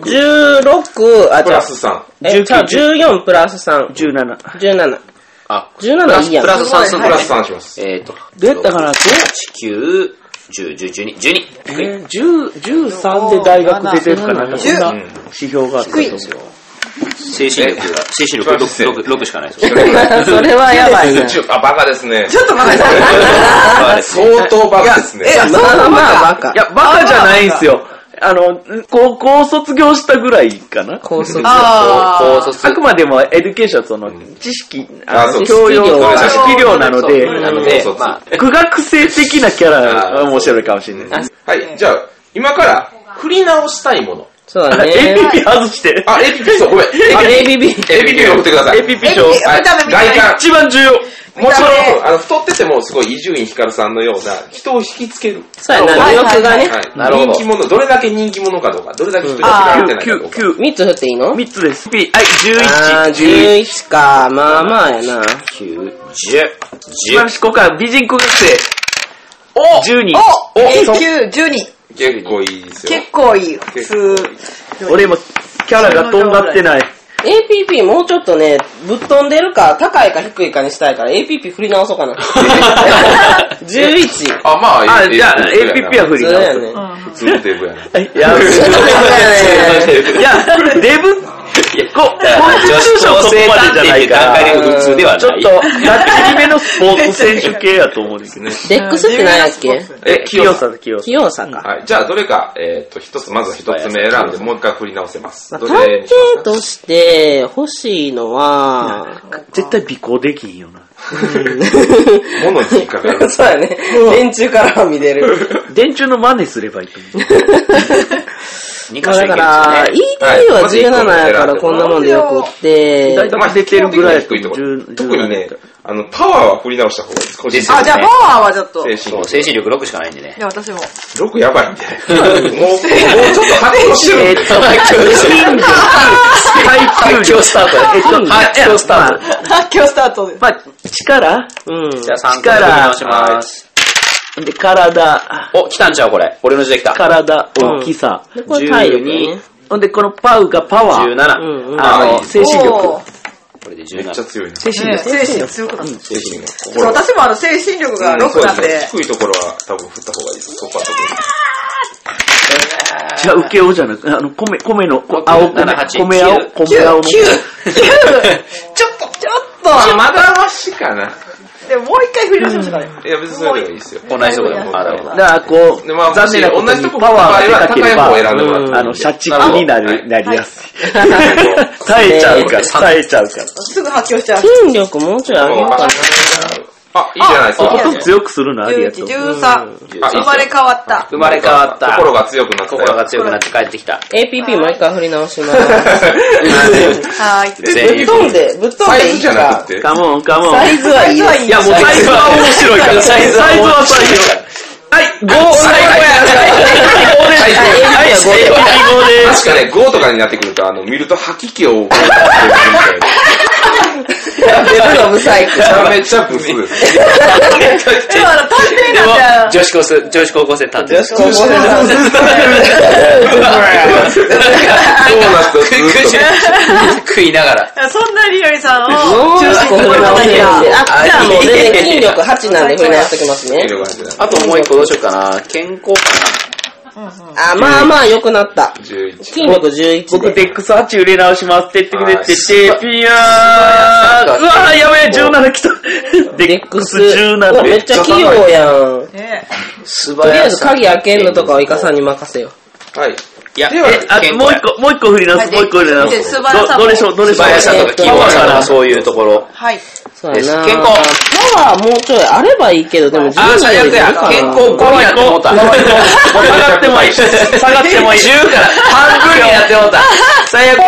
S2: 16、
S5: 16、
S2: あ、
S1: プ
S2: じゃ
S1: ラ
S2: あ、
S1: ス3。
S2: え、じゃあ14プラス3。
S5: 17。
S2: 17。
S3: あ、
S2: 17いいやん
S3: プラス3す
S1: プ
S3: る
S1: ラス3します。
S3: えっと。
S5: どうやったかなっ
S3: 8、9、10、11、12。
S5: えー、10 13で大学出てるかなんか、そん
S1: う
S5: なん指標があったと思う。
S3: 精神力が、精神力 6, 6しかないですよ。
S2: それはやばいな。
S1: あ、バカですね。
S4: ちょっと待ってください。
S1: 相当バカですね。 (laughs)
S4: え、そう
S2: まあまあ、バカ
S5: い。や、バカじゃないんすよ。あの、高校卒業したぐらいかな。
S2: 高卒。
S3: 高
S4: あー。
S3: 卒
S5: あくまでもエデュケーションはその知識、あ
S1: あそ
S5: の
S1: う
S5: 教養
S2: 知識量
S5: 知識量なので、
S3: なので、まあ、
S5: 苦学生的なキャラは面白いかもしれない。 (laughs)
S1: はい、じゃあ、今から、振り直したいもの。
S2: そうだね。
S5: APP 外して。
S1: あ、APP、そう、ごめん。
S2: あ
S1: APP
S2: ABB って。
S1: APP 送ってください。
S5: APP 賞。
S4: え見た目見た目
S1: 外観。
S5: 一番重要。
S1: もち
S4: 見た
S1: ろん、あの、太ってても、すごい伊集院光さんのような、 (laughs) 人を引きつける。
S2: そうやな、魅力が
S1: (laughs)
S2: ね。
S1: はい。
S3: なるほど
S1: 人気者、どれだけ人気者かどうか、どれだけ人に嫌われてないかどうか。
S5: 9、
S2: 3つ振っていいの
S5: 3つです。P、はい、
S2: あー、
S5: 11、11。
S2: 11か。まあまあやな。
S3: 9、10、
S5: 素晴らしい、ここから美人工学生。
S4: お
S5: 12
S4: お
S1: お
S4: !19、12!
S1: 結構いいですよ
S4: 結。構いい。普
S1: 結構いい
S4: 通。
S5: 俺も、キャラがとんがってない。
S2: APP もうちょっとね、ぶっ飛んでるか、高いか低いかにしたいから、APP 振り直そう
S3: (laughs)
S2: かな。11。
S1: あ、まあ、
S5: あ、じゃあ、APP
S1: 振
S5: は不利
S2: そうやね。
S1: 普通のデブ (laughs) やな。
S5: い
S3: (laughs)
S5: や、いや、デブ、こ、コン
S3: 女
S5: ス
S3: 子
S5: ション
S3: 高
S5: そこ
S3: 生
S5: ま
S3: 探
S5: でじ
S3: 偵っ
S5: ゃな
S3: てい
S5: いうか
S3: 段階
S5: ら。
S3: で普通ではない。
S5: ちょっと、大きめのスポーツ選手系やと思うんですね。
S2: デックスって何やっけ
S1: え、
S5: 清
S1: 清さ
S5: さ、清さ。
S2: 器用さか。
S1: はい。じゃあ、どれか、えっと、一つ、まずは一つ目選んで、もう一回振り直せます。
S2: 探
S1: どれにし
S2: 偵
S1: ます
S2: として欲しいのは、
S5: 絶対尾行できひんよな。
S1: か物に引っかかる。
S2: そうやね。電柱からは見れる。
S5: 電柱の真似すればいいと思う。
S3: 2
S2: まあだから、EDU は17やからこんなもんでよくって。
S5: 大
S1: まあ、
S5: 学
S1: 出
S5: 出
S1: て
S5: て
S1: る
S5: る
S1: ぐ
S5: ぐ
S1: ら
S5: ら
S1: い
S5: い
S1: 低いところ。特にね、あの、パワーは振り直した方がいいです。個人的に
S4: あ、じゃあパワーはちょっと。
S1: 精
S4: い
S1: 神
S3: 精神力6しかないんで (laughs) ね。
S4: や、私も。 (laughs)
S1: (laughs) 力やばいんで。もう、もうちょっと発狂してる
S5: え
S1: ん
S5: っ
S1: で
S5: と、最強スタート。えっと、発狂スタート。
S4: 発狂スタートです。
S5: まあ、力
S2: うん。
S3: じゃあ3回振り
S5: 力
S3: 直します。
S5: で、体、
S3: お、来たんちゃうこれ。俺の字できた。
S5: 体、大きさ。
S2: で、これ体力やね。
S5: ほんで、このパウがパワー。
S3: 17。
S2: うんうん。
S5: あ
S3: あ
S5: の、
S3: いい
S5: 精神
S4: おー
S5: 力。
S3: これで
S1: めっちゃ
S3: 17。
S1: 強いな。
S5: 精神
S4: ね
S5: 力。
S4: 精神強くなった。
S3: 精神の心
S4: そう私もあの精神力が
S1: うんそ
S4: 6
S1: うで
S4: なん
S1: すね
S4: で。
S1: 低いところは多分振った方がいいです。そこは特に。
S5: じゃあ、受けようじゃなく、あの、米、米の、こ青米、
S3: 7 8
S5: 米青、
S3: 9
S5: 米青の。
S4: ちょっと、ちょっ
S1: あ、
S4: と
S1: まだましかな。
S4: でももう一回振り出しましたからね。
S1: いや、別にそれでもいいですよ。
S3: 同じとこでも。あ、
S1: な
S3: な
S1: る
S3: る
S1: ほ
S3: ほ
S1: ど
S3: ど。
S5: だから、こう、
S1: でまあ
S5: 残念なこと
S1: もし同じ
S5: に
S1: とこ
S5: パワーが高
S1: 高
S5: けれ
S1: い方を選んでもらってい
S5: ば、
S1: いんで
S5: あの、社畜になる、なりやすい。耐えちゃうから、耐えちゃうから。
S4: すぐ発狂しちゃう。
S2: 筋力もうちょい上げようか
S1: あ、いいじゃないです
S4: あ
S1: か。
S5: 音強くするのありやと
S4: 11、。13。
S1: あ
S4: 生まれ変わった。
S3: 生まれ変わった。
S1: 心が強くなったよ。
S3: 心が強くなって帰ってきた。
S2: APP もう一回振り直します。
S4: はーい。
S2: ぶっ飛んで、ぶっ飛ん
S1: サイ
S2: で
S1: ズ
S2: いい
S1: じゃ
S2: か
S1: な
S2: ら
S1: く。て。
S5: カモン、カモン。
S2: サイズはいいよ。
S4: はい
S3: いや、もうサイズは面白いから。サイズは面白いから。
S5: はい、5、最
S1: 最高
S5: 後やはい、最後で
S1: 確かね、5とかになってくると、あの、見ると吐き気を起こるみ
S2: ベルのブサイク。
S1: たいな。めちゃめちゃブスです。
S4: でもあの、探
S3: で
S4: 偵なん
S3: も
S4: じ
S3: 女
S4: ゃ、
S3: 子高生、女子高校生立ってる。
S2: 高校生なんで
S1: そうな
S3: (laughs)
S1: ったずっとね
S3: 食いながら。
S4: そんなりよりさんを
S2: もう
S4: 中心
S2: 一個
S4: に
S2: 振
S4: これ
S2: り直してるんで。あ、じゃあもう全然筋力8なんで振り直してきますね
S1: 色。が入ってない。
S3: あともう一個どうしようかな。健康か
S2: あ、まあまあ良くなった。
S1: 11。
S2: 筋力11
S5: 僕、
S2: で。
S5: デックス8売れ直します。てってくれてて、ピヤーうわー、やべえ、17来た。デックス
S2: うわ
S5: 17
S2: めっちゃ器用やん。
S4: ね
S3: 素
S2: とりあえ
S3: 早
S2: ず
S3: さ。
S2: 鍵開けんのとかはイカさんに任せよ
S1: はい。
S3: いや、
S5: え、あ
S3: 健
S5: もう
S3: 康や
S5: 一個、もう一個振り直
S4: はい
S5: す、もう一個振り直。
S4: です素晴らしさも
S5: どどれしょう、どれし
S3: 素
S5: ょう。
S3: 早さとか器用さとかそういうところ。
S4: はい。
S2: そうやな
S3: です健康
S2: パワーもうちょいあればいいけど、でも10
S3: あー、最
S2: よ
S3: 悪
S2: り
S3: や
S2: いるか。な
S3: 健康5になってもうた。
S5: 下がってもいい。下がってもいい。
S3: 10から半分になってもうた。最悪や。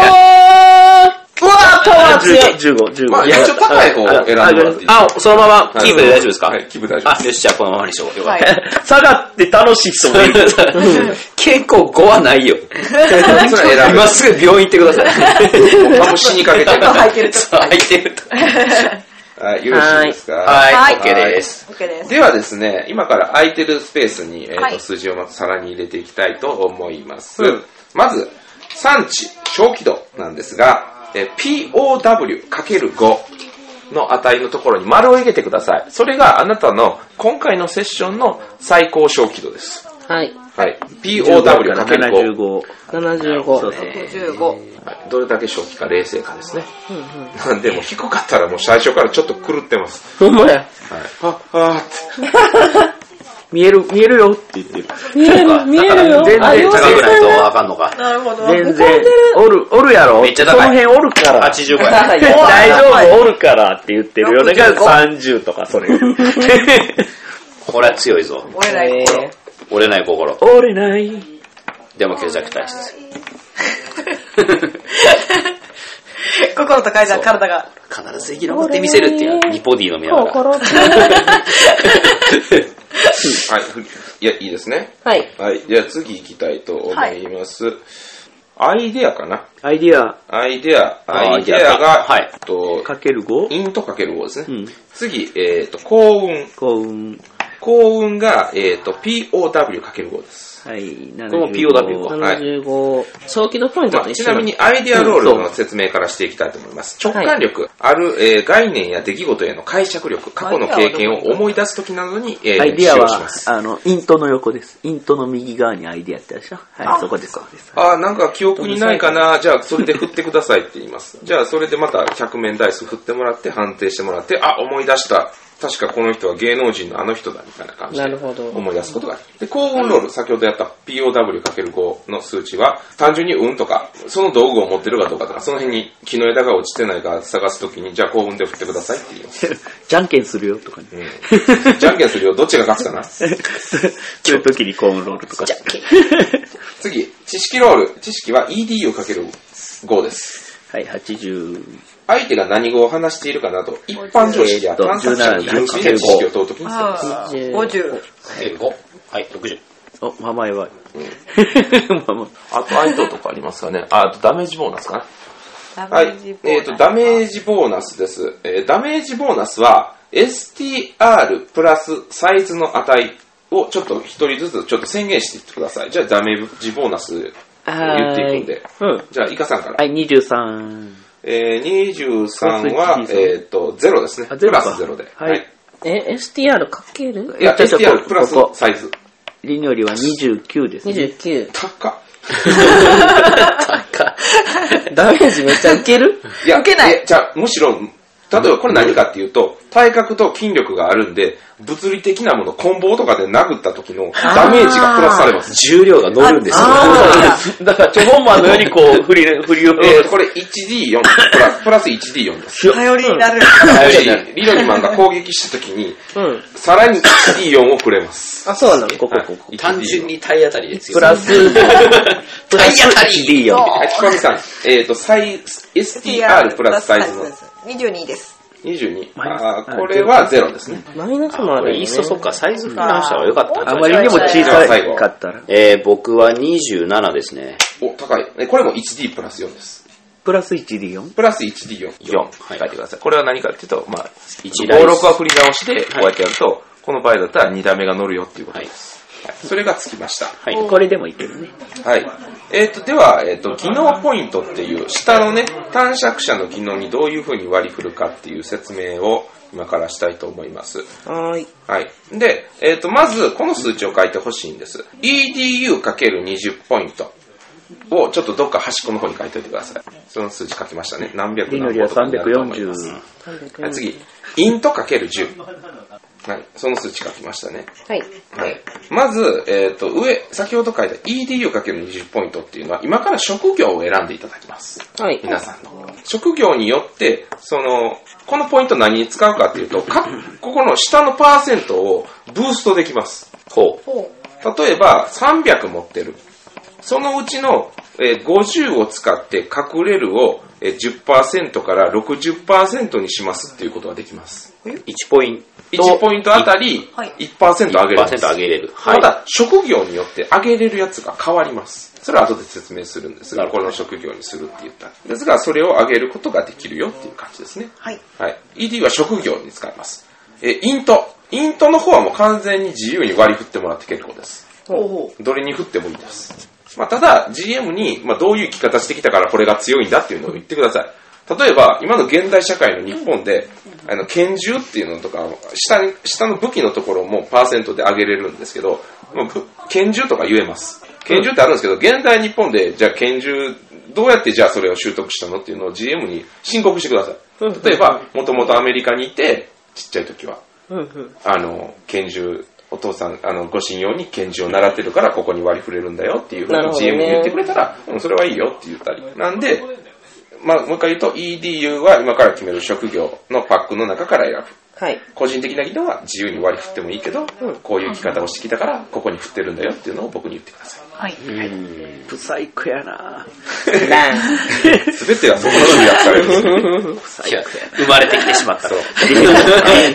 S2: うわーパワー強い
S5: 15、15。
S1: まあ、一応高い方を選んでもらっていい
S3: あ、そのままキープで大丈夫ですか
S1: はい、キープ大丈夫
S3: (laughs) あ、よし、じゃあこのままにしよう。よかっ
S4: は
S3: た。
S4: い。
S5: 下がって楽しい人もいる。
S3: (laughs) 健康5はないよ。
S1: です。それは選
S3: 今すぐ病院行ってください。
S1: (laughs) ぶ。もうも死にかけてる。
S4: 入ってると。
S3: そう、入ってると。
S1: はい、よろしいですか
S3: は
S4: はい
S3: い、OK です。
S4: OK です。
S1: ではですね、今から空いてるスペースに、えーと
S4: はい
S1: 数字をまずさらに入れていきたいと思います。まず、産地、小気度なんですが、えー POW×5 の値のところに丸を入れてください。それがあなたの今回のセッションの最高小気度です。
S2: はい。
S1: はい。POW×5。
S5: POW75。
S2: 75。
S4: 15。
S1: はいどれだけ正気か冷静かですね。なん (laughs) で、もう低かったらもう最初からちょっと狂ってます。
S2: ほんまや。
S1: はい。あ、あーって。
S5: 見える、見えるよって言ってる。
S2: 見える、見えるよ。
S5: 全然
S2: あ、よ
S3: 高
S2: し
S3: くないとあかん
S2: (laughs)
S3: のか。
S4: なるほど。
S5: 全然、おる、おるやろ
S3: めっちゃ高い
S5: その辺おるから。
S3: 85や。
S5: 大丈夫、おるからって言ってるよ。だから
S4: 65
S5: 30とか、それ。 (laughs)
S3: これは強いぞ。
S4: 折れない心。
S3: 折れない心。
S5: 折れない。
S3: でも虚弱体質。
S4: 心と体、体が。
S3: 必ず生き残ってみせるっていうのはニポディの見ながら。
S2: 心強
S1: はい。ふいや、いいですね。
S2: はい。
S1: はい。じゃあ次行きたいと思います。アイデアかな
S5: アイディア
S1: アイデア、
S3: あ
S1: ア
S3: ー
S1: イデアが、
S3: はい
S1: えっと、
S5: かける 5?
S1: インとかける5ですね。
S5: うん
S1: 次、えっ、と、幸運。
S5: 幸運。
S1: 幸運が、えっ、と、POW かける5です。
S5: はい、75。
S3: この POW は
S1: はい
S2: 75。小規度ポイント
S1: ま
S2: と
S1: あ、
S2: 一
S1: ち
S2: 緒
S1: な
S2: だ
S1: みにアイデアロールの説明からしていきたいと思います。直感力、ある、えー概念や出来事への解釈力、過去の経験を思い出すときなどに、えー
S5: アイデ
S1: 使
S5: ィア
S1: 用しま
S5: は
S1: す。、
S5: あの、イントの横です。イントの右側にアイディアってあるでしょはい、そこです。そうです
S1: ああ、なんか記憶にないかな。じゃあ、それで振ってくださいって言います。じゃあ、それでまた100面ダイス振ってもらって、判定してもらって、あ、思い出した。確かこの人は芸能人のあの人だ、みたいな感じ
S2: な
S1: で
S2: るほど。
S1: 思い出すことがある。で、幸運ロール、先ほどやった POW×5 の数値は、単純に運とか、その道具を持ってるかどうかとか、その辺に木の枝が落ちてないか探すときに、じゃあ幸運で振ってくださいって言い
S2: (laughs)
S1: ます。
S5: じゃんけんするよとかね。
S1: うん。
S5: (laughs)
S1: じゃんけんするよ。どっちが勝つかな。
S5: そういう時に幸運ロールとか。 (laughs)
S1: 次、知識ロール。知識は EDU×5 です。
S5: はい、80。
S1: 相手が何語を話しているかなど、一般常識や探索者に純粋な知識を問うときに使います。
S4: あ
S2: 20
S4: 50。
S3: 5。はい、60。
S5: お、名前は。 (laughs) ママ
S1: あと、愛ととかありますかね。あ、あとダメージボーナスかな。
S4: ダ
S1: はい。
S4: メージボーナ
S1: えっ、
S4: ス
S1: と、ダメージボーナスです。えーダメージボーナスは、STR プラスサイズの値をちょっと一人ずつちょっと宣言していってください。じゃあダメージボーナス言っていくんで。
S5: うん。
S1: じゃあ、イカさんから。
S5: はい、23。
S1: えー、23
S5: プ
S1: は
S5: ラ、ス1
S1: えっと、0ですね。
S5: あ
S1: プ
S5: ゼロ
S1: ラ
S5: か
S1: ス0で。
S5: はい。
S2: え、STR かける
S1: いや、
S5: ちょちょ
S1: STR
S5: こ
S1: プラス
S5: ここ
S1: サイズ。
S5: りにょりは29ですね。
S2: ?29。
S1: 高っ。
S2: ダメージめっちゃ受ける
S1: いや、
S4: 受けない
S1: えじゃあ、むしろ、例えばこれ何かっていうと、体格と筋力があるんで、物理的なもの、棍棒とかで殴った時のダメージがプラスされます。
S3: 重量が乗るんですよ。
S4: あ
S5: (laughs) だから、チョコンマンのようにこう、振り、振りを。
S1: えー、これ 1D4 プラス、プラス 1D4 です。
S4: (laughs) ー頼りになる。
S1: リロリマンが攻撃した時に、
S2: うん。
S1: さらに 1D4 をくれます。
S2: あ、そうなの
S5: ここ、ここ。
S1: はい
S3: 単純。に体当たりですよ。
S5: プラス、 (laughs) プラス D よ。
S1: 1D4 はい、ひこみさん、えっ、と、サイズ、STR
S4: (laughs)
S1: プラスサイズの
S4: 22です。
S1: 22。
S5: マイナス
S1: あーこれは0ですね。
S2: マイナスも
S3: あ
S2: あ
S3: こ
S2: るよ、
S3: れい
S2: ね。
S3: っそそっか、サイズ振り直した方が良かった。
S5: あまりにも小さかったら。
S3: えー、僕は27ですね。
S1: お、高い。えこれも 1D プラス4です。
S5: プラス 1D4?
S1: プラス 1D4。
S3: 4。はい。
S1: 書いてください。これは何かっていうと、まあ、
S3: 一
S1: 56
S3: ライス
S1: は振り直しで、こうやってやると、この場合だったら2ダメが乗るよっていうこと
S3: は
S1: で
S3: い。
S1: す。はいそれがつきました。
S3: はい。
S5: これでもいけるね。
S1: はい。えっ、と、では、えっ、と、技能ポイントっていう、下のね、短尺者の技能にどういう風に割り振るかっていう説明を今からしたいと思います。
S2: はーい。
S1: はい。で、えっ、と、まず、この数値を書いてほしいんです。edu×20 ポイントを、ちょっとどっか端っこの方に書いておいてください。その数値書きましたね。何百
S5: りの
S1: 何
S5: りは
S1: 百とかになると思います
S5: 340。
S1: はい、次、イントかける10。はい、その数値書きましたね。
S2: はい。
S1: はい。まず、えっ、と、上、先ほど書いた EDU かける20ポイントっていうのは、今から職業を選んでいただきます。
S2: はい。
S1: 皆さんの。職業によって、その、このポイント何に使うかっていうと、かここの下のパーセントをブーストできます。
S3: ほう。
S1: 例えば、300持ってる。そのうちの、えー50を使って隠れるを、えー10%から60%にしますっていうことができます。
S3: 1ポイント。
S1: 1ポイントあたり
S4: はい
S1: 1%上げるんです。
S3: 1%上げれる。
S1: ただ、職業によって上げれるやつが変わります。それは後で説明するんですが、この職業にするって言った。ですが、それを上げることができるよっていう感じですね。
S4: はい。
S1: はい。ED は職業に使います。え、イント。イントの方はもう完全に自由に割り振ってもらって結構です。どれに振ってもいいです。まあ、ただ、GM に、まあ、どういう生き方してきたからこれが強いんだっていうのを言ってください。例えば、今の現代社会の日本で、あの、拳銃っていうのとか、下に、下の武器のところもパーセントで上げれるんですけど、まあぶ拳銃とか言えます。拳銃ってあるんですけど、現代日本で、じゃあ拳銃、どうやってじゃあそれを習得したのっていうのを GM に申告してください。例えば、もともとアメリカにいて、ちっちゃい時は、あの、拳銃、お父さん、あの、ご信用に拳銃を習ってるから、ここに割り振れるんだよっていうふう
S2: なる
S1: に
S2: ほどね
S1: GM に言ってくれたら、うん、それはいいよって言ったり。なんで、まあ、もう一回言うと、EDU は今から決める職業のパックの中から選ぶ。
S2: はい。
S1: 個人的な技能は自由に割り振ってもいいけど、こういう生き方をしてきたから、ここに振ってるんだよっていうのを僕に言って (laughs) くださ
S4: はい。
S5: ブサイクやな
S1: いう。すべてはそこのみが使われるんですよね。
S3: 生まれてきてしまった。 (laughs) そう。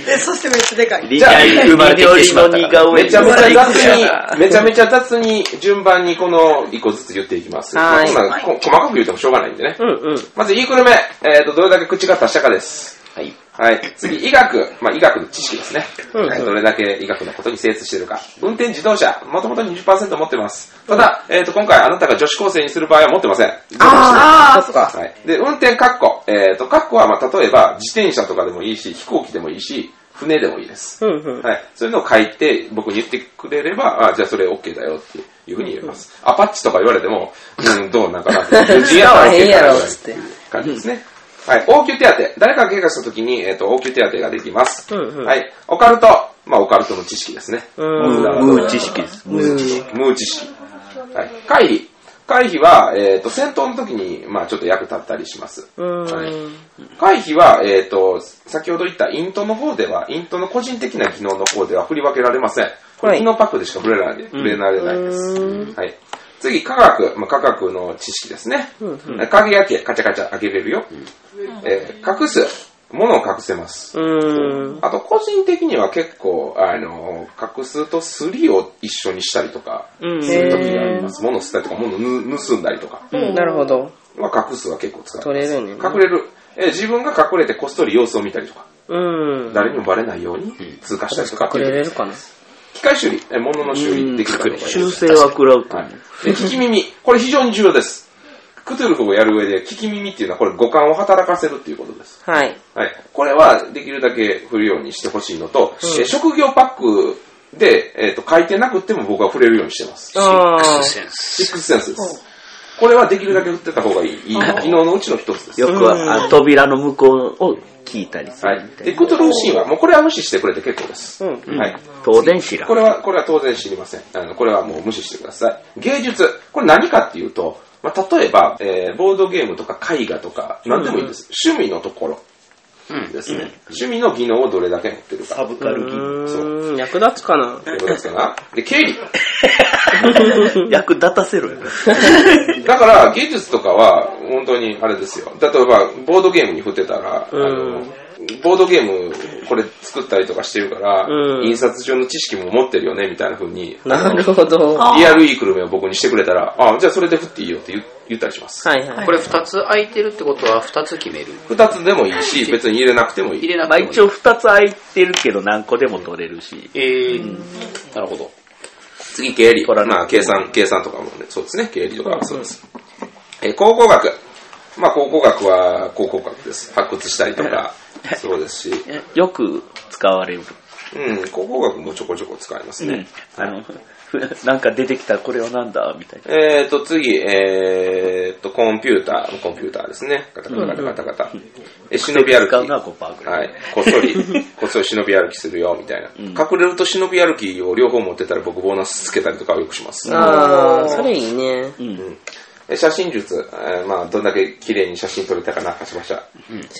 S4: で、そしてめっちゃでかい。
S3: リアル生まれてきてしまったから。
S1: めちゃめちゃ (laughs) 雑
S5: な
S1: に、めちゃめちゃ雑に順番にこの一個ずつ言っていきます。
S2: はい
S1: まあそんなこ細かく言ってもしょうがないんでね。
S2: うんうん。
S1: まず、イークル目。えっ、と、どれだけ口が達者かです。はい。はい。次、医学。まあ、医学の知識ですね。
S2: うんうん
S1: はいどれだけ医学のことに精通しているか。運転自動車。もともと20%持ってます。ただ、えっ、と、今回あなたが女子高生にする場合は持ってません。
S2: ああ、そっか。
S1: はい。で、運転カッコ。えっ、と、カッコは、まあ、例えば、自転車とかでもいいし、飛行機でもいいし、船でもいいです。
S2: うんうん。
S1: はい。そういうのを書いて、僕に言ってくれれば、あじゃあそれ OK だよっていうふうに言えます。アパッチとか言われても、うん、どうなんか
S2: (laughs)
S1: なって。
S2: 使わへんやろっつって。
S1: 感じですね。はい。応急手当。誰かが怪我した時に、えっ、と、応急手当ができます。
S2: うんうん
S1: はい。オカルト。まあ、オカルトの知識ですね。
S2: うん。
S5: 無知識です。
S1: 無知識。はい。回避。回避は、えっ、と、戦闘の時に、まあ、ちょっと役立ったりします。
S2: うん。
S1: はい回避は、えっ、と、先ほど言ったイントの方では、イントの個人的な技能の方では振り分けられません。こ
S2: は
S1: れ、
S2: い
S1: 技能パックでしか振れられない、振れられないです。はい。次、科学。まあ、科学の知識ですね。鍵開け、カチャカチャ開けれるよ。えー隠す。物を隠せます。
S2: うん。
S1: あと、個人的には結構、あの、隠すと3を一緒にしたりとか、
S2: うん
S1: する時があります。物を捨てたりとか、物をぬ盗んだりとか。
S2: うん。なるほど。
S1: まあ、隠すは結構使う。
S2: 取れるね。
S1: 隠れる。えー自分が隠れてこっそり様子を見たりとか、
S2: うん。
S1: 誰にもバレないように通過したりとかって
S2: 隠
S1: いう
S2: れれるかな。
S1: 機械修理、え物の修理できるかどうかです
S5: 修正は食らうと
S1: は
S5: 思。
S1: いうで聞き耳。これ非常に重要です。クトゥルフをやる上で、聞き耳っていうのは、これ五感を働かせるっていうことです。
S2: はい。
S1: はい。これは、できるだけ振るようにしてほしいのと、え職業パックで、えっ、と、書いてなくっても僕は触れるようにしてます。
S2: あ
S3: シッ
S2: あ
S3: クスセンス。
S1: シックスセンスです。これはできるだけ振ってた方がいい。いい技能のうちの一つです。
S5: よくは、あ扉の向こうを聞いたりす
S1: は
S5: る
S1: い
S5: み。た
S1: で、
S5: い
S1: ク
S5: な。
S1: トゥルフシーンは、もうこれは無視してくれて結構です。
S2: うん
S1: はい。
S5: 東電知らん
S1: こ。れは、これは当然知りません。あの、これはもう無視してください。芸術。これ何かっていうと、まあ、例えば、えーボードゲームとか絵画とか、何でもいいです。趣味のところですね。趣味の技能をどれだけ持ってるか。
S5: ブカル
S2: うーん、役立つかな。
S1: ということですかな。で、経理。
S5: ギ。役立たせろよ。
S1: だから、芸術とかは、本当にあれですよ。例えば、ボードゲームに振ってたら、あの、ボードゲーム、これ作ったりとかしてるから、
S2: うん
S1: 印刷上の知識も持ってるよね、みたいな風に、
S2: なるほど。は
S4: あ
S1: リアルイークルメを僕にしてくれたら、あじゃあそれで振っていいよって言言ったりします。
S2: いはい。
S3: これ二つ空いてるってことは二つ決める。
S1: 二つでもいいし、別に入れなくてもい
S3: 入
S1: い。
S3: れなく
S5: まあ
S3: てもいい
S5: 一応二つ空いてるけど何個でも取れるし。
S3: えー、なるほど。
S1: 次、経理。
S5: 取らない
S1: まあ、計算、計算とかもね、そうですね、経理とかはそうです。えー考古学。まあ、考古学は考古学です。発掘したりとか、そうですし、
S5: よく使われる。
S1: うん、考古学もちょこちょこ使います
S5: うん
S1: ね。。
S5: あの、なんか出てきたこれはなんだみたいな。
S1: えーと、次、えーと、コンピューター、コンピューターですね。ガタガタガタガタガタ。え、忍び歩き。
S5: 使うのは5%ぐらい。
S1: はい。こっそ
S5: (laughs)
S1: り、こっそり忍び歩きするよ、みたいな。隠れると忍び歩きを両方持ってたら僕ボーナスつけたりとかはよくします。
S2: ああ、それいいね。
S5: うん。
S1: え写真術、えーまあ、どんだけ綺麗に写真撮れたかな、かしました。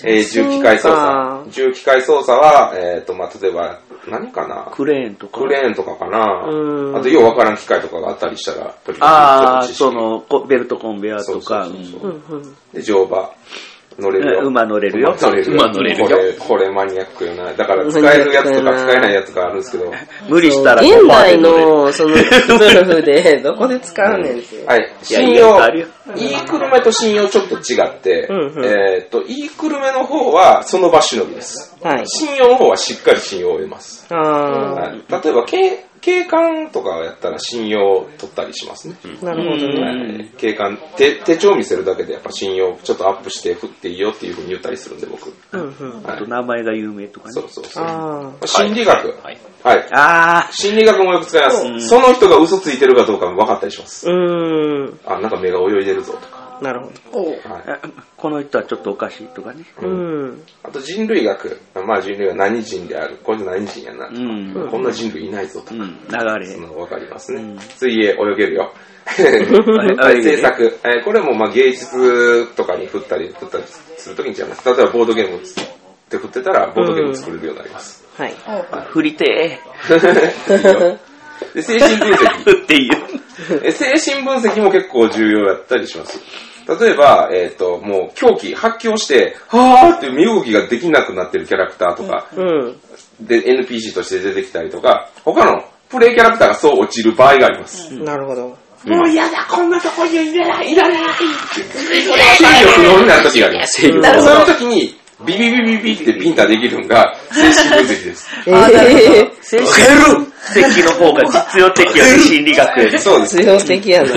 S1: えー重機械操
S2: あ
S1: 作。
S2: ー
S1: 重機械操作は、えっ、と、まあ、例えば、何かな
S5: クレーンとか。
S1: クレーンとかか
S2: う
S1: な。
S2: ん
S1: あと、ようわからん機械とかがあったりしたら、とり
S5: あ
S1: あ
S5: あ、
S1: えず
S5: その、こベルトコンベヤー
S1: そ
S5: と
S1: うそう
S5: か。
S1: そう
S5: うん
S1: そう
S2: うんうん。
S1: で、乗馬。乗れるよ。
S5: うん馬乗れるよ。
S1: 乗れるよ。
S3: 馬乗れるよ
S1: これ、これマニアックよな。だから、使えるやつとか使えないやつがあるんですけど。
S5: 無理したら
S2: 現
S5: 5%で
S2: 代
S5: 乗れる。
S2: の、その、ドルフで、どこで使うねんっていう。
S1: はい。
S5: いや
S1: 信
S5: いや
S1: 用
S5: あるよ、
S1: いい車と信用ちょっと違って、
S2: うんうん
S1: えっ、と、いい車の方はその場しのぎです。
S2: はい。
S1: 信用の方はしっかり信用を得ます。
S2: あ
S1: はい、例えば警、警官とかやったら信用を取ったりしますね。
S2: あ、なるほどね。
S1: はい警官手、手帳見せるだけでやっぱ信用ちょっとアップして振っていいよっていうふうに言ったりするんで、僕。
S2: うんうん。
S1: は
S5: あと
S1: い、
S5: 名前が有名とか
S1: そ
S5: ね
S1: う。そうそう。
S2: あ
S1: 心理学。
S3: はい。
S1: はい。
S5: ああ、
S1: 心理学もよく使います。その人が嘘ついてるかどうかも分かったりします。
S2: あ、うーん、
S1: あ、なんか目が泳いでるぞとか。
S2: なるほど。
S1: はい
S5: あこの人はちょっとおかしいとかね。
S2: うん。
S1: あと人類学。まあ人類は何人である。これ何人やな。
S5: うん。うん。
S1: こんな人類いないぞとか。
S5: 流れ
S1: そ。のわかります
S5: う
S1: ね
S5: ん。
S1: 水泳泳げるよ。
S5: (laughs) あ
S1: はい
S5: いね
S1: 制作。えーこれもまあ芸術とかに振ったり、振ったりするときに違います。例えばボードゲームって振ってたら、ボードゲーム作れるようになります。
S2: はい。
S5: 振りて
S1: (laughs) で精神分
S5: え。
S1: 析。 (laughs)
S5: 振っていう。
S1: え精神分析も結構重要だったりします。例えば、えっ、と、もう狂気、発狂して、はーって身動きができなくなってるキャラクターとか、
S2: うん。
S1: で、NPC として出てきたりとか、他のプレイキャラクターがそう落ちる場合があります。
S2: なるほど。
S1: もう嫌だ、こんなとこにはいらない、いらない制御不能になる時があります。
S3: 制御
S1: その時に、ビビビビビってビンタできるのが精神分析です。 (laughs)
S2: ええ
S5: 精神席の方が実用的よね、心理学より。
S1: そうで
S2: ー、
S1: す。
S2: 強用的やな。
S1: ま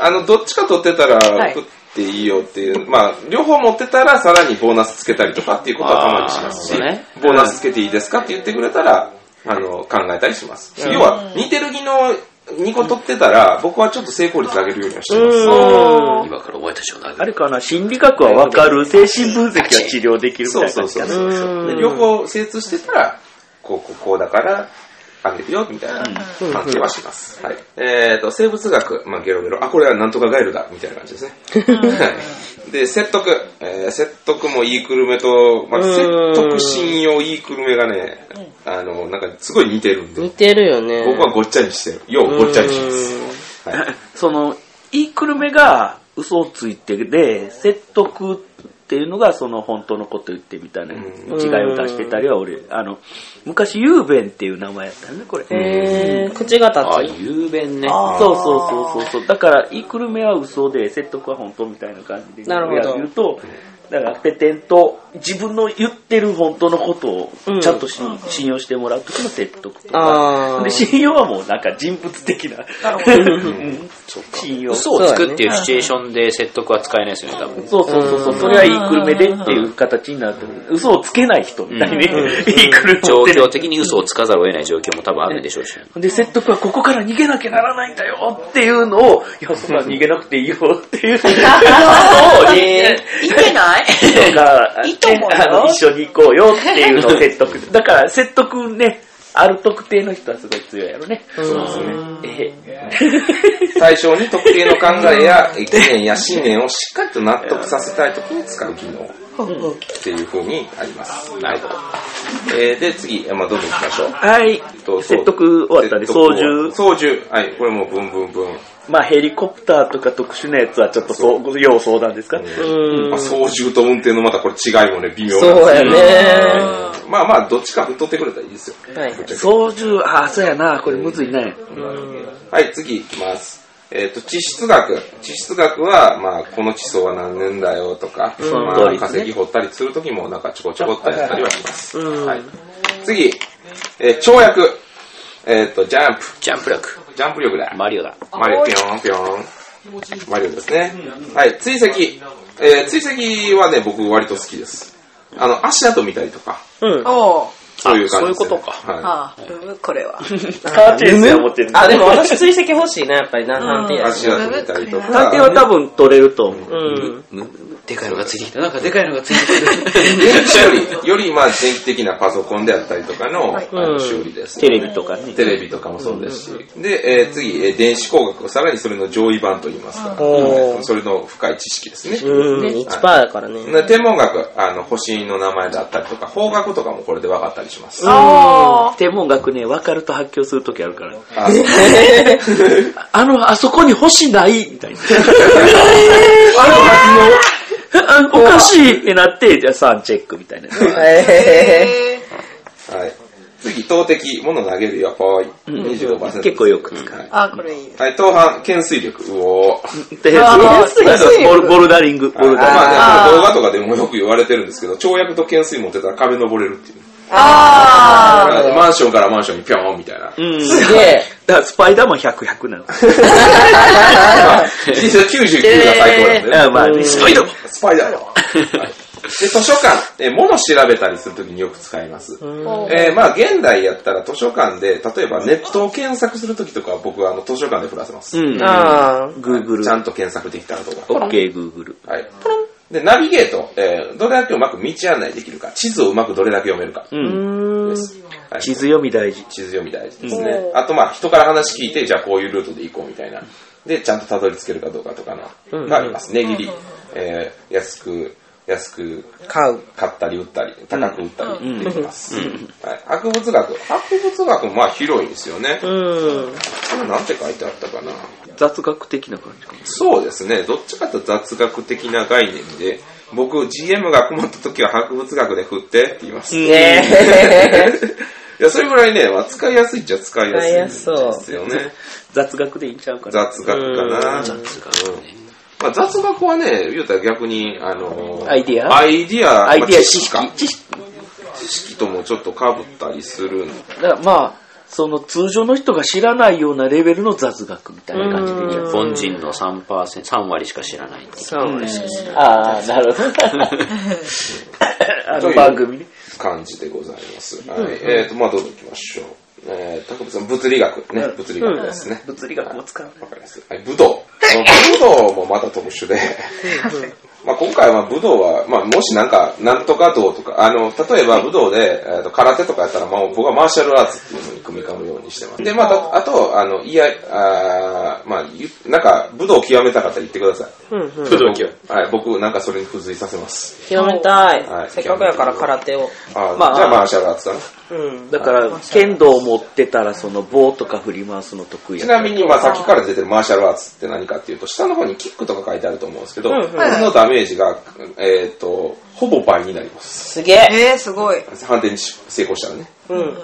S1: あ、あの、どっちか取ってたら、
S4: い
S1: 食っていいよっていう、まあ、両方持ってたら、さらにボーナスつけたりとかっていうことはたまにしますし、
S3: あーなる
S1: ボーナスつけていいですかって言ってくれたら、あの、考えたりします。要は、似てる技能、2個取ってたら、僕はちょっと成功率上げるようにはしてます。
S2: うん。
S3: (laughs) 今からお前たちを殴
S5: あ
S3: る。
S5: れかな、心理学はわかる、精神分析は治療できるみ
S1: そ
S5: た
S1: う
S5: いな
S1: そ
S5: 感
S1: う
S5: じ
S1: そう
S5: かな。
S1: そうそう。で両方精通してたら、こう、こう、こうだから、あげるよ、みたいな関係はします。はい。えっ、と、生物学、まあ、ゲロゲロ。あ、これはなんとかガエルだ、みたいな感じですね。はい。で、説得。えー説得もいいくるめと、まあ、
S2: うん
S1: 説得信用いいくるめがね、あの、なんかすごい似てるんで、
S2: 似てるよね。
S1: 僕はごっちゃにしてる。ようごっちゃにします。はい。
S5: (laughs) その、いいくるめが嘘をついてで、説得っていうのがその本当のこと言ってみたいな違いを出してたりは俺、あの、昔、ゆうべんっていう名前やったよね、これ。
S2: えー、口が
S3: あ、
S2: 立つ。
S3: 雄弁ね。
S4: あー
S5: そうそうそうそうそう。だから、いいくるめは嘘で、説得は本当みたいな感じで
S2: なるほど
S5: 言うと、だから、ペテンと、自分の言ってる本当のことを
S2: うん、
S5: ちゃんとし、信用してもらうときの説得と
S2: あ
S5: か。
S2: ー
S5: で、信用はもうなんか人物的な。 (laughs) うん信用。
S3: 嘘をつくっていうシチュエーションで説得は使えないですよね、多分。
S5: そうそうそうそう、それはいいくるめでっていう形になってる。嘘をつけない人みた (laughs) いに、いいくるめ
S3: 状
S5: を
S3: 況的に嘘をつかざるを得ない状況も多分あるでしょうし。
S5: で、説得はここから逃げなきゃならないんだよっていうのを、いや、そんな逃げなくていいよっていうのを、
S4: えー、いけない
S5: (laughs) 人が、
S4: いいと思うよ
S5: あの一緒に行こうよっていうのを説得。だから、説得ね、ある特定の人はすごい強いやろね。
S1: そうですね。
S5: え
S1: 対象に特定の考えや意見や信念をしっかりと納得させたいときに使う機能っていうふうにあります。はい。えーで、次、えーまあ、どんどん行きましょう。
S5: はい
S1: えっと。そう
S5: 説得終わったんで、
S1: 説得を操
S5: 操縦。
S1: 縦。はい、これもうブンブンブン。
S5: まあ、ヘリコプターとか特殊なやつはちょっとそう、要相談ですか
S2: うん
S1: まあ、操縦と運転のまたこれ違いもね、微妙なんで
S2: そ
S1: す
S2: う
S1: け
S2: や
S1: ど
S2: ね。
S1: まあまあ、どっちか振っとってくれたらいいですよ。
S2: はい
S1: ぶっちゃけ
S5: 操縦、あ、そうやな、これむずいね。
S1: はい、次いきます。えっ、と、地質学。地質学は、まあ、この地層は何年だよとか、ま
S5: 通
S1: あ、
S5: り
S1: 化
S5: ですね
S1: 石掘ったりするときも、なんかちょこちょこっとやったりはします。
S2: うん
S1: はい。次、えー跳躍。えっ、と、ジャンプ。
S3: ジャンプ力。
S1: ジャンプ力だ。
S3: マリオだ。
S1: マリオ、ピョーン、ピョーン。マリオですね。はい、追跡。えー追跡はね、僕割と好きです。あの、足跡見たりとか、
S2: うん。
S4: (laughs) おう。
S1: そういう感じ、
S3: あそういうことか
S1: は
S4: ああ、ブブこれは。
S5: カーチェイスや思ってる。
S2: あ、でも私追跡欲しいな、やっぱりな、探偵
S1: い。
S2: やし。
S1: 足跡見たりと
S5: 探
S1: か。
S5: 偵は多分取れると思う。
S2: うん。
S3: でかいのがついてきた。なんかでかいのがついてきた。
S1: 電気修理より、まあ、電気的なパソコンであったりとかの,、あ
S2: う
S1: の
S2: ん
S1: 修理です、
S5: (laughs) テレビとかね。
S1: テレビとかもそうですし。で、えー次、えー電子工学、さらにそれの上位版といいますか、
S2: おー
S1: それの深い知識ですね。
S2: うん、1%だからね。
S1: で天文学、あの、星の名前だったりとか、方角とかもこれで分かったりします。
S4: あ
S5: 天文学ね、分かると発狂するときあるから。
S1: あそう
S5: あの、あそこに星ないみたいな。 (laughs) あの、おかしいってなって、じゃあ3チェックみたいな。
S2: (laughs) え
S4: えー
S1: はい。次、投擲、物投げるよ、ぽい。25%。
S5: 結構よく使う
S1: はい。
S4: あ、これいい。
S1: はい、後半、懸垂力、うおー。
S5: で、
S4: あー
S5: ボルボルダリング、ボル
S1: ま
S5: ダ
S1: あ、ね、この動画とかでもよく言われてるんですけど、跳躍と懸垂持ってたら壁登れるっていう。
S2: (laughs)
S4: あ
S1: あのマンションからマンションにピョーンみたいな。
S5: リング。うん。
S2: すげえ。
S5: だからスパイダーマン100、100なの。
S1: 実際99が最高なんでね。
S5: あまあね、スパイダーマン。
S1: スパイダーだわ。はいで、図書館、えー物を調べたりするときによく使います。えーまあ、現代やったら図書館で、例えばネットを検索するときとかは僕はあの図書館で振らせます。
S5: う
S1: ち
S2: あ
S5: ん。
S1: ゃ
S5: Google。
S1: んと検索できたらとか。
S5: OK、Google。
S1: はい。で、ナビゲート、えーどれだけうまく道案内できるか、地図をうまくどれだけ読めるか
S5: う。
S2: ー。うんーん。
S1: はい
S5: 地図読み大事。
S1: 地図読み大事ですね。あと、まあ、人から話聞いて、じゃあこういうルートで行こうみたいな。で、ちゃんとたどり着けるかどうかとかの、があります。値切り、えー安く、安く
S2: 買 (laughs) う。
S1: 買ったり売ったり、高く売ったりできます。はい博物学。博物学もまあ広いですよね。
S2: うん。
S1: これなんて書いてあったかな。
S5: 雑学的な感じかも。
S1: そうですね。どっちかというと雑学的な概念で、僕、GM が困った時は博物学で振ってって言います。い
S2: ねえ。
S1: や、それぐらいね、まあ使いやすいっちゃ使いやすいんです
S2: 使いやす
S1: よね。
S5: 雑学でいいんちゃうかな。
S1: 雑学かな。雑学、まあ、雑学はね、言うたら逆に、あのー
S5: アイデア
S1: アイディア、
S5: アイデ
S1: ま
S5: ア、
S1: あ
S5: 知
S1: 知識か
S5: 識。知識。
S1: 知識ともちょっとかぶったりするん
S5: だからまあ、その通常の人が知らないようなレベルの雑学みたいな感じでいいんじゃない
S3: 日本人の3%、3割しか知らない。
S2: そうね。
S5: ああ、なるほど。あの番組ね。
S1: 感じでございます。はい。えっ、と、まあ、どうぞ行きましょう。えー、高部さん、物理学ね。物理学ですね。
S5: 物理学も使う。
S1: わかります。はい、武道。武道もまた特殊で。まあ今回は武道は、まあもしなんか、なんとか道とか、あの、例えば武道で、えーと空手とかやったら、まあ僕はマーシャルアーツっていうのに組み込むようにしてます。で、まあたあと、あの、いや、あーまあ、ゆなんか、武道を極めた方言ってください。
S2: うんうん。
S3: 不動級。
S1: はい、僕なんかそれに付随させます。
S2: 広めた
S1: はい
S2: い。せっかくやから空手を。
S1: あー
S5: まあ
S1: じゃあマーシャルアーツかな。
S2: うん。
S5: だから、剣道を持ってたら、その棒とか振り回すの得意
S1: ち
S5: や。
S1: なみに、まあ、さっきから出てるマーシャルアーツって何かっていうと、下の方にキックとか書いてあると思うんですけど、
S2: うんうん
S1: これのダメージが、えっ、と、ほぼ倍になります。
S2: すげえ。
S4: えー、すごい。
S1: 反転に成功したらね。
S2: うん。
S1: はい。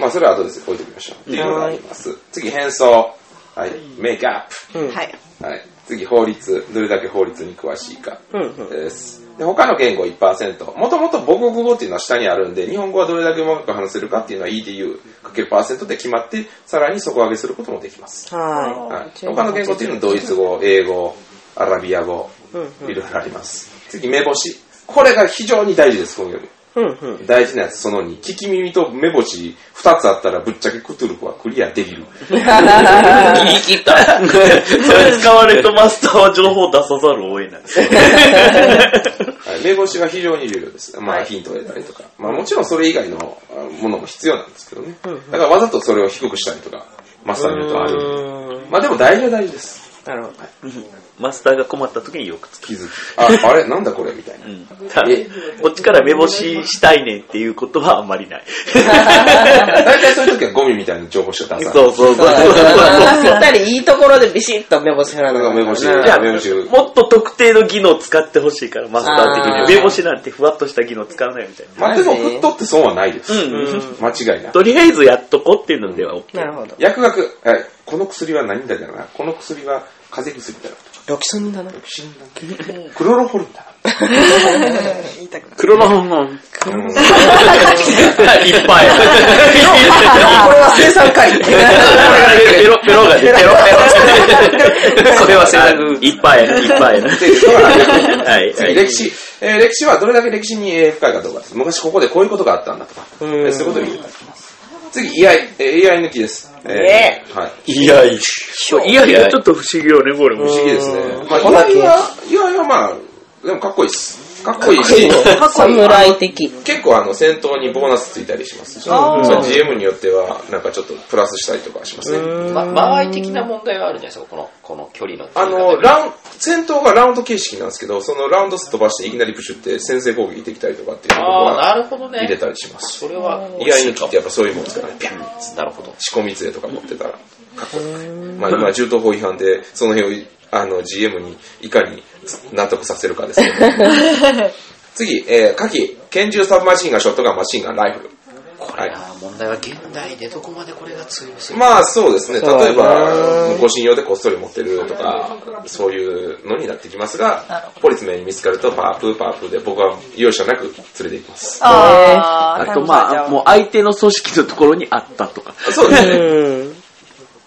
S1: まあ、それは後です置いておきましょう。っていうのがあります。次、変装。はい。メイクアッ
S2: うん。
S4: はい。
S1: プ。はい。次、法律。どれだけ法律に詳しいか。
S2: うんうん。
S1: です。で他の言語1%。もともと母国語っていうのは下にあるんで、日本語はどれだけうまく話せるかっていうのは EDU かけるパーセントで決まって、さらに底上げすることもできます。
S2: は
S1: はい、他の言語っていうのはドイツ語、英語、アラビア語、いろいろあります。次、目星。これが非常に大事です、このゲーム。
S2: い。うんうん。
S1: 大事なやつ、その2。聞き耳と目星2つあったらぶっちゃけクトゥルフはクリアできる。
S3: 言い切った。
S5: それ (laughs) 使われと
S3: (laughs)
S5: マスターは情報出さざるを得ない。
S1: はい、目星は非常に重要です。まあ、ヒントを得たりとか。まあ、もちろんそれ以外のあものも必要なんですけどね。だからわざとそれを低くしたりとか、マスターに言うとある。
S2: うーん
S1: まあ、でも大事は大事です。
S2: なるほど。
S5: (laughs) マスターが困った時によく使
S1: 気づき。あ、あれなんだこれみ
S5: (laughs)
S1: たいな。
S5: う。うん。た
S1: え
S5: こっちから目星したいねんっていうことはあんまりない。
S1: 大体そういう時はゴミみたいな情報しか出さない。
S5: (laughs) そうそうそうそう。
S2: 二人いいところでビシッと目星な
S1: だから
S2: の
S1: 目星、
S5: じゃあ
S1: 目星。
S5: もっと特定の技能を使ってほしいから、マスター的に。目星なんてふわっとした技能使わないみたい
S1: まあ、でも、フットって損はないです。
S5: な。うん。
S1: 間違いない。
S5: とりあえずやっとこうっていうのでは OK。
S2: なるほど。
S1: 薬学、はい、この薬は何だよな。この薬は風邪薬だよ。
S2: ロキソニン (laughs) だな。
S1: クロロホルムだな。 (laughs)
S4: 言いたくない。
S5: 黒の本物。いっ
S1: うん
S5: ぱい。 (laughs)
S2: これは生産会。
S3: ペロペロが出てる。ペロペロ。それはせなぐ。
S5: いっぱい、いっぱい。
S1: っていうのが薬学
S5: はい。
S1: 次、歴史。えー歴史はどれだけ歴史にえー深いかどうかです。昔ここでこういうことがあったんだとか、えーそういうことを言う。次、居合、えー、居合抜きです。えーはい。
S5: いやいいやいや、ちょっと不思議よね、これ。
S1: 不思議ですね。まあ、居合は、居合はまあ、でもかっこいいです。かっこいいし、
S2: 侍的。
S1: 結構あの、戦闘にボーナスついたりしますし、
S4: あー
S1: そう GM によっては、なんかちょっとプラスしたりとかしますね。
S3: ま、間合い的な問題はあるんじゃないですか、この、この距離の。
S1: あの、ラウン、戦闘がラウンド形式なんですけど、そのラウンド数飛ばしていきなりプシュって先制攻撃できたりとかっていうの
S3: ああ、
S1: が
S3: なるほど
S1: 入れ
S3: ね。
S1: たりします。
S3: それは、
S1: 居合抜きってやっぱそういうもんですからね。
S3: なるほど。
S1: 仕込み杖とか持ってたら、かっこよくない。まあ今、銃刀法違反で、その辺を、あの、GM にいかに納得させるかですけど。
S2: (laughs)
S1: 次、えー、火器、拳銃サブマシンガン、ショットガン、マシンガン、ライフル。
S3: こ
S1: れ
S3: れ
S1: は
S3: は問題は現代でどこまでこれが通用する
S1: まあそうですね、
S2: そうだね
S1: 例えば、護身用でこっそり持ってるとか、そういうのになってきますが、ポリスメンに見つかると、パープーパープーで僕は容赦なく連れて行きます。
S4: あー、
S5: あと、まあ、もう相手の組織のところにあったとか。
S1: そうです
S2: (laughs)
S1: ね、
S2: うん。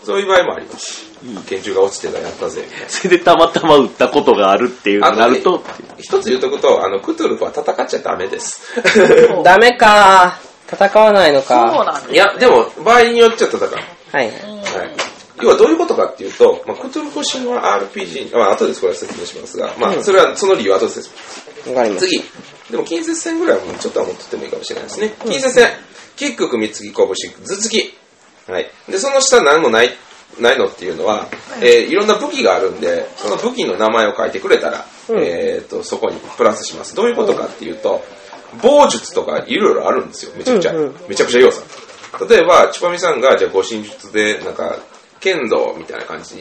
S1: そういう場合もあります。拳銃が落ちてたやったぜ、みたいな。
S5: それでたまたま撃ったことがあるっていうのになると、
S1: 一つ言うとくと、あの、クトゥルフは戦っちゃダメです。
S2: ダメか。戦わないの
S4: そう
S2: か。
S4: なん
S1: いや、でも、場合によっちゃ戦う。はい。
S2: はい。
S1: 要はどういうことかっていうと、まあ、クトゥルフ神話 RPG、まあ、後でこれは説明しますが、まあ、それは、その理由は後で説明します。
S2: わかります。
S1: 次。でも、近接戦ぐらいはもうちょっとは持ってってもいいかもしれないですね。近接戦。キック、組みつき、拳、頭突き。はい。で、その下何もない、ないのっていうのは、えーいろんな武器があるんで、その武器の名前を書いてくれたら、えっ、と、そこにプラスします。どういうことかっていうと、棒術とかいろいろあるんですよ。めちゃくちゃ。
S2: うんうん
S1: めちゃくちゃ要素ある。例えば、チュパミさんが、じゃあ、護身術で、なんか、剣道みたいな感じ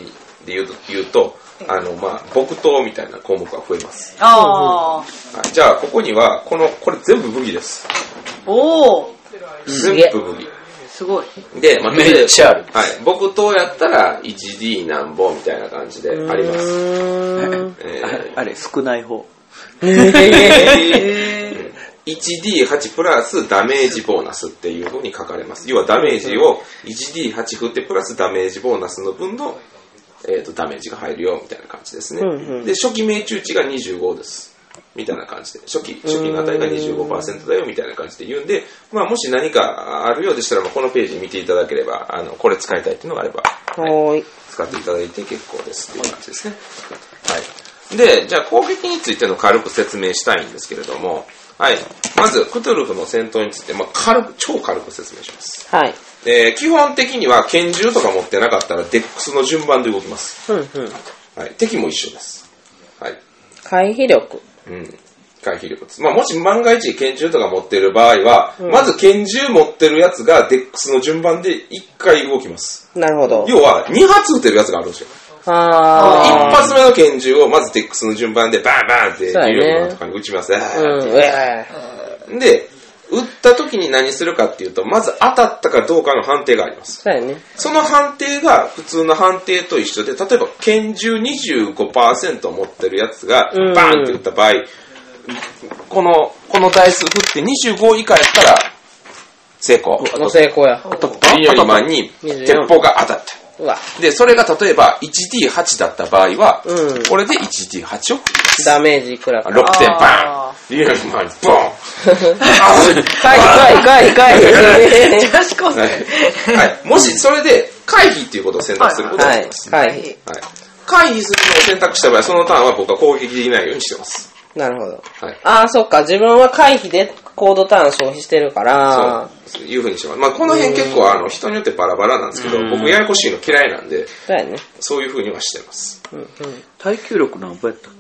S1: で言うと、言うとあの、まあ、木刀みたいな項目が増えます。
S4: ああ、
S1: はいじゃあ、ここには、この、これ全部武器です。
S4: おー、
S2: すげえ
S1: 全部武器。
S4: すごい。
S1: で、まあ、
S3: めっちゃある。
S1: はい。僕とやったら、1D なんぼみたいな感じであります。
S2: (laughs) う
S1: え
S5: あれ
S1: ー、
S5: あれ少ない方。
S1: 1D8 プラスダメージボーナスっていう風に書かれます。要はダメージを 1D8 振ってプラスダメージボーナスの分の、えー、とダメージが入るよみたいな感じですね。
S2: うんうん
S1: で、初期命中値が25です。みたいな感じで。初期、初期の値が25%だよみたいな感じで言うんで、まあもし何かあるようでしたら、まあこのページ見ていただければ、あの、これ使いたいっていうのがあれば、
S2: はーい。
S1: 使っていただいて結構ですっていう感じですね。はい。で、じゃあ攻撃についての軽く説明したいんですけれども、はい。まず、クトゥルフの戦闘について、まあ、軽く、超軽く説明します。
S2: はい。
S1: えー基本的には拳銃とか持ってなかったら、デックスの順番で動きます。
S2: うんうん。
S1: はい。敵も一緒です。はい。
S2: 回避力。
S1: うん。回避力です。まあ、もし万が一拳銃とか持ってる場合は、まず拳銃持ってるやつがデックスの順番で1回動きます。
S2: なるほど。
S1: 要は、2発撃てるやつがあるんですよ。一
S2: あー。
S1: 発目の拳銃をまずデックスの順番でバンバンって
S2: そうやね
S1: 有力なとかに撃ちますね。
S2: うん、うえ
S1: で、撃った時時に何するかっていうと、まず当たったかどうかの判定があります。
S2: そうやね。
S1: その判定が普通の判定と一緒で、例えば拳銃25%を持ってるやつが
S2: うん、
S1: バーンって打った場合、この、このダイス振って25以下やったら、成功。
S2: ご成功や。
S1: リニョリマンに
S2: 24
S1: 鉄砲が当たっ
S2: うわ、
S1: た。で、それが例えば 1D8 だった場合は、
S2: うん
S1: これで 1D8 を振ります。
S2: ダメージいくらか。
S1: 6点バ
S4: あ
S1: ーンリニョリマンにボーン
S2: かいかいかいかい。
S4: 女子高生。
S1: (laughs) はい。もしそれで回避っていうことを選択することができます。
S2: は。
S4: はいい
S1: はい。回避するのを選択した場合、そのターンは僕は攻撃できないようにしてます。
S2: なるほど。
S1: はい。
S2: ああ、そっか。自分は回避でコードターン消費してるから、
S1: そういうふうにしてます。まあ、この辺結構あの人によってバラバラなんですけど、僕ややこしいの嫌いなんで、
S2: そうやね。
S1: そういうふうにはしてます。
S2: うん
S5: 耐久力何倍やったっ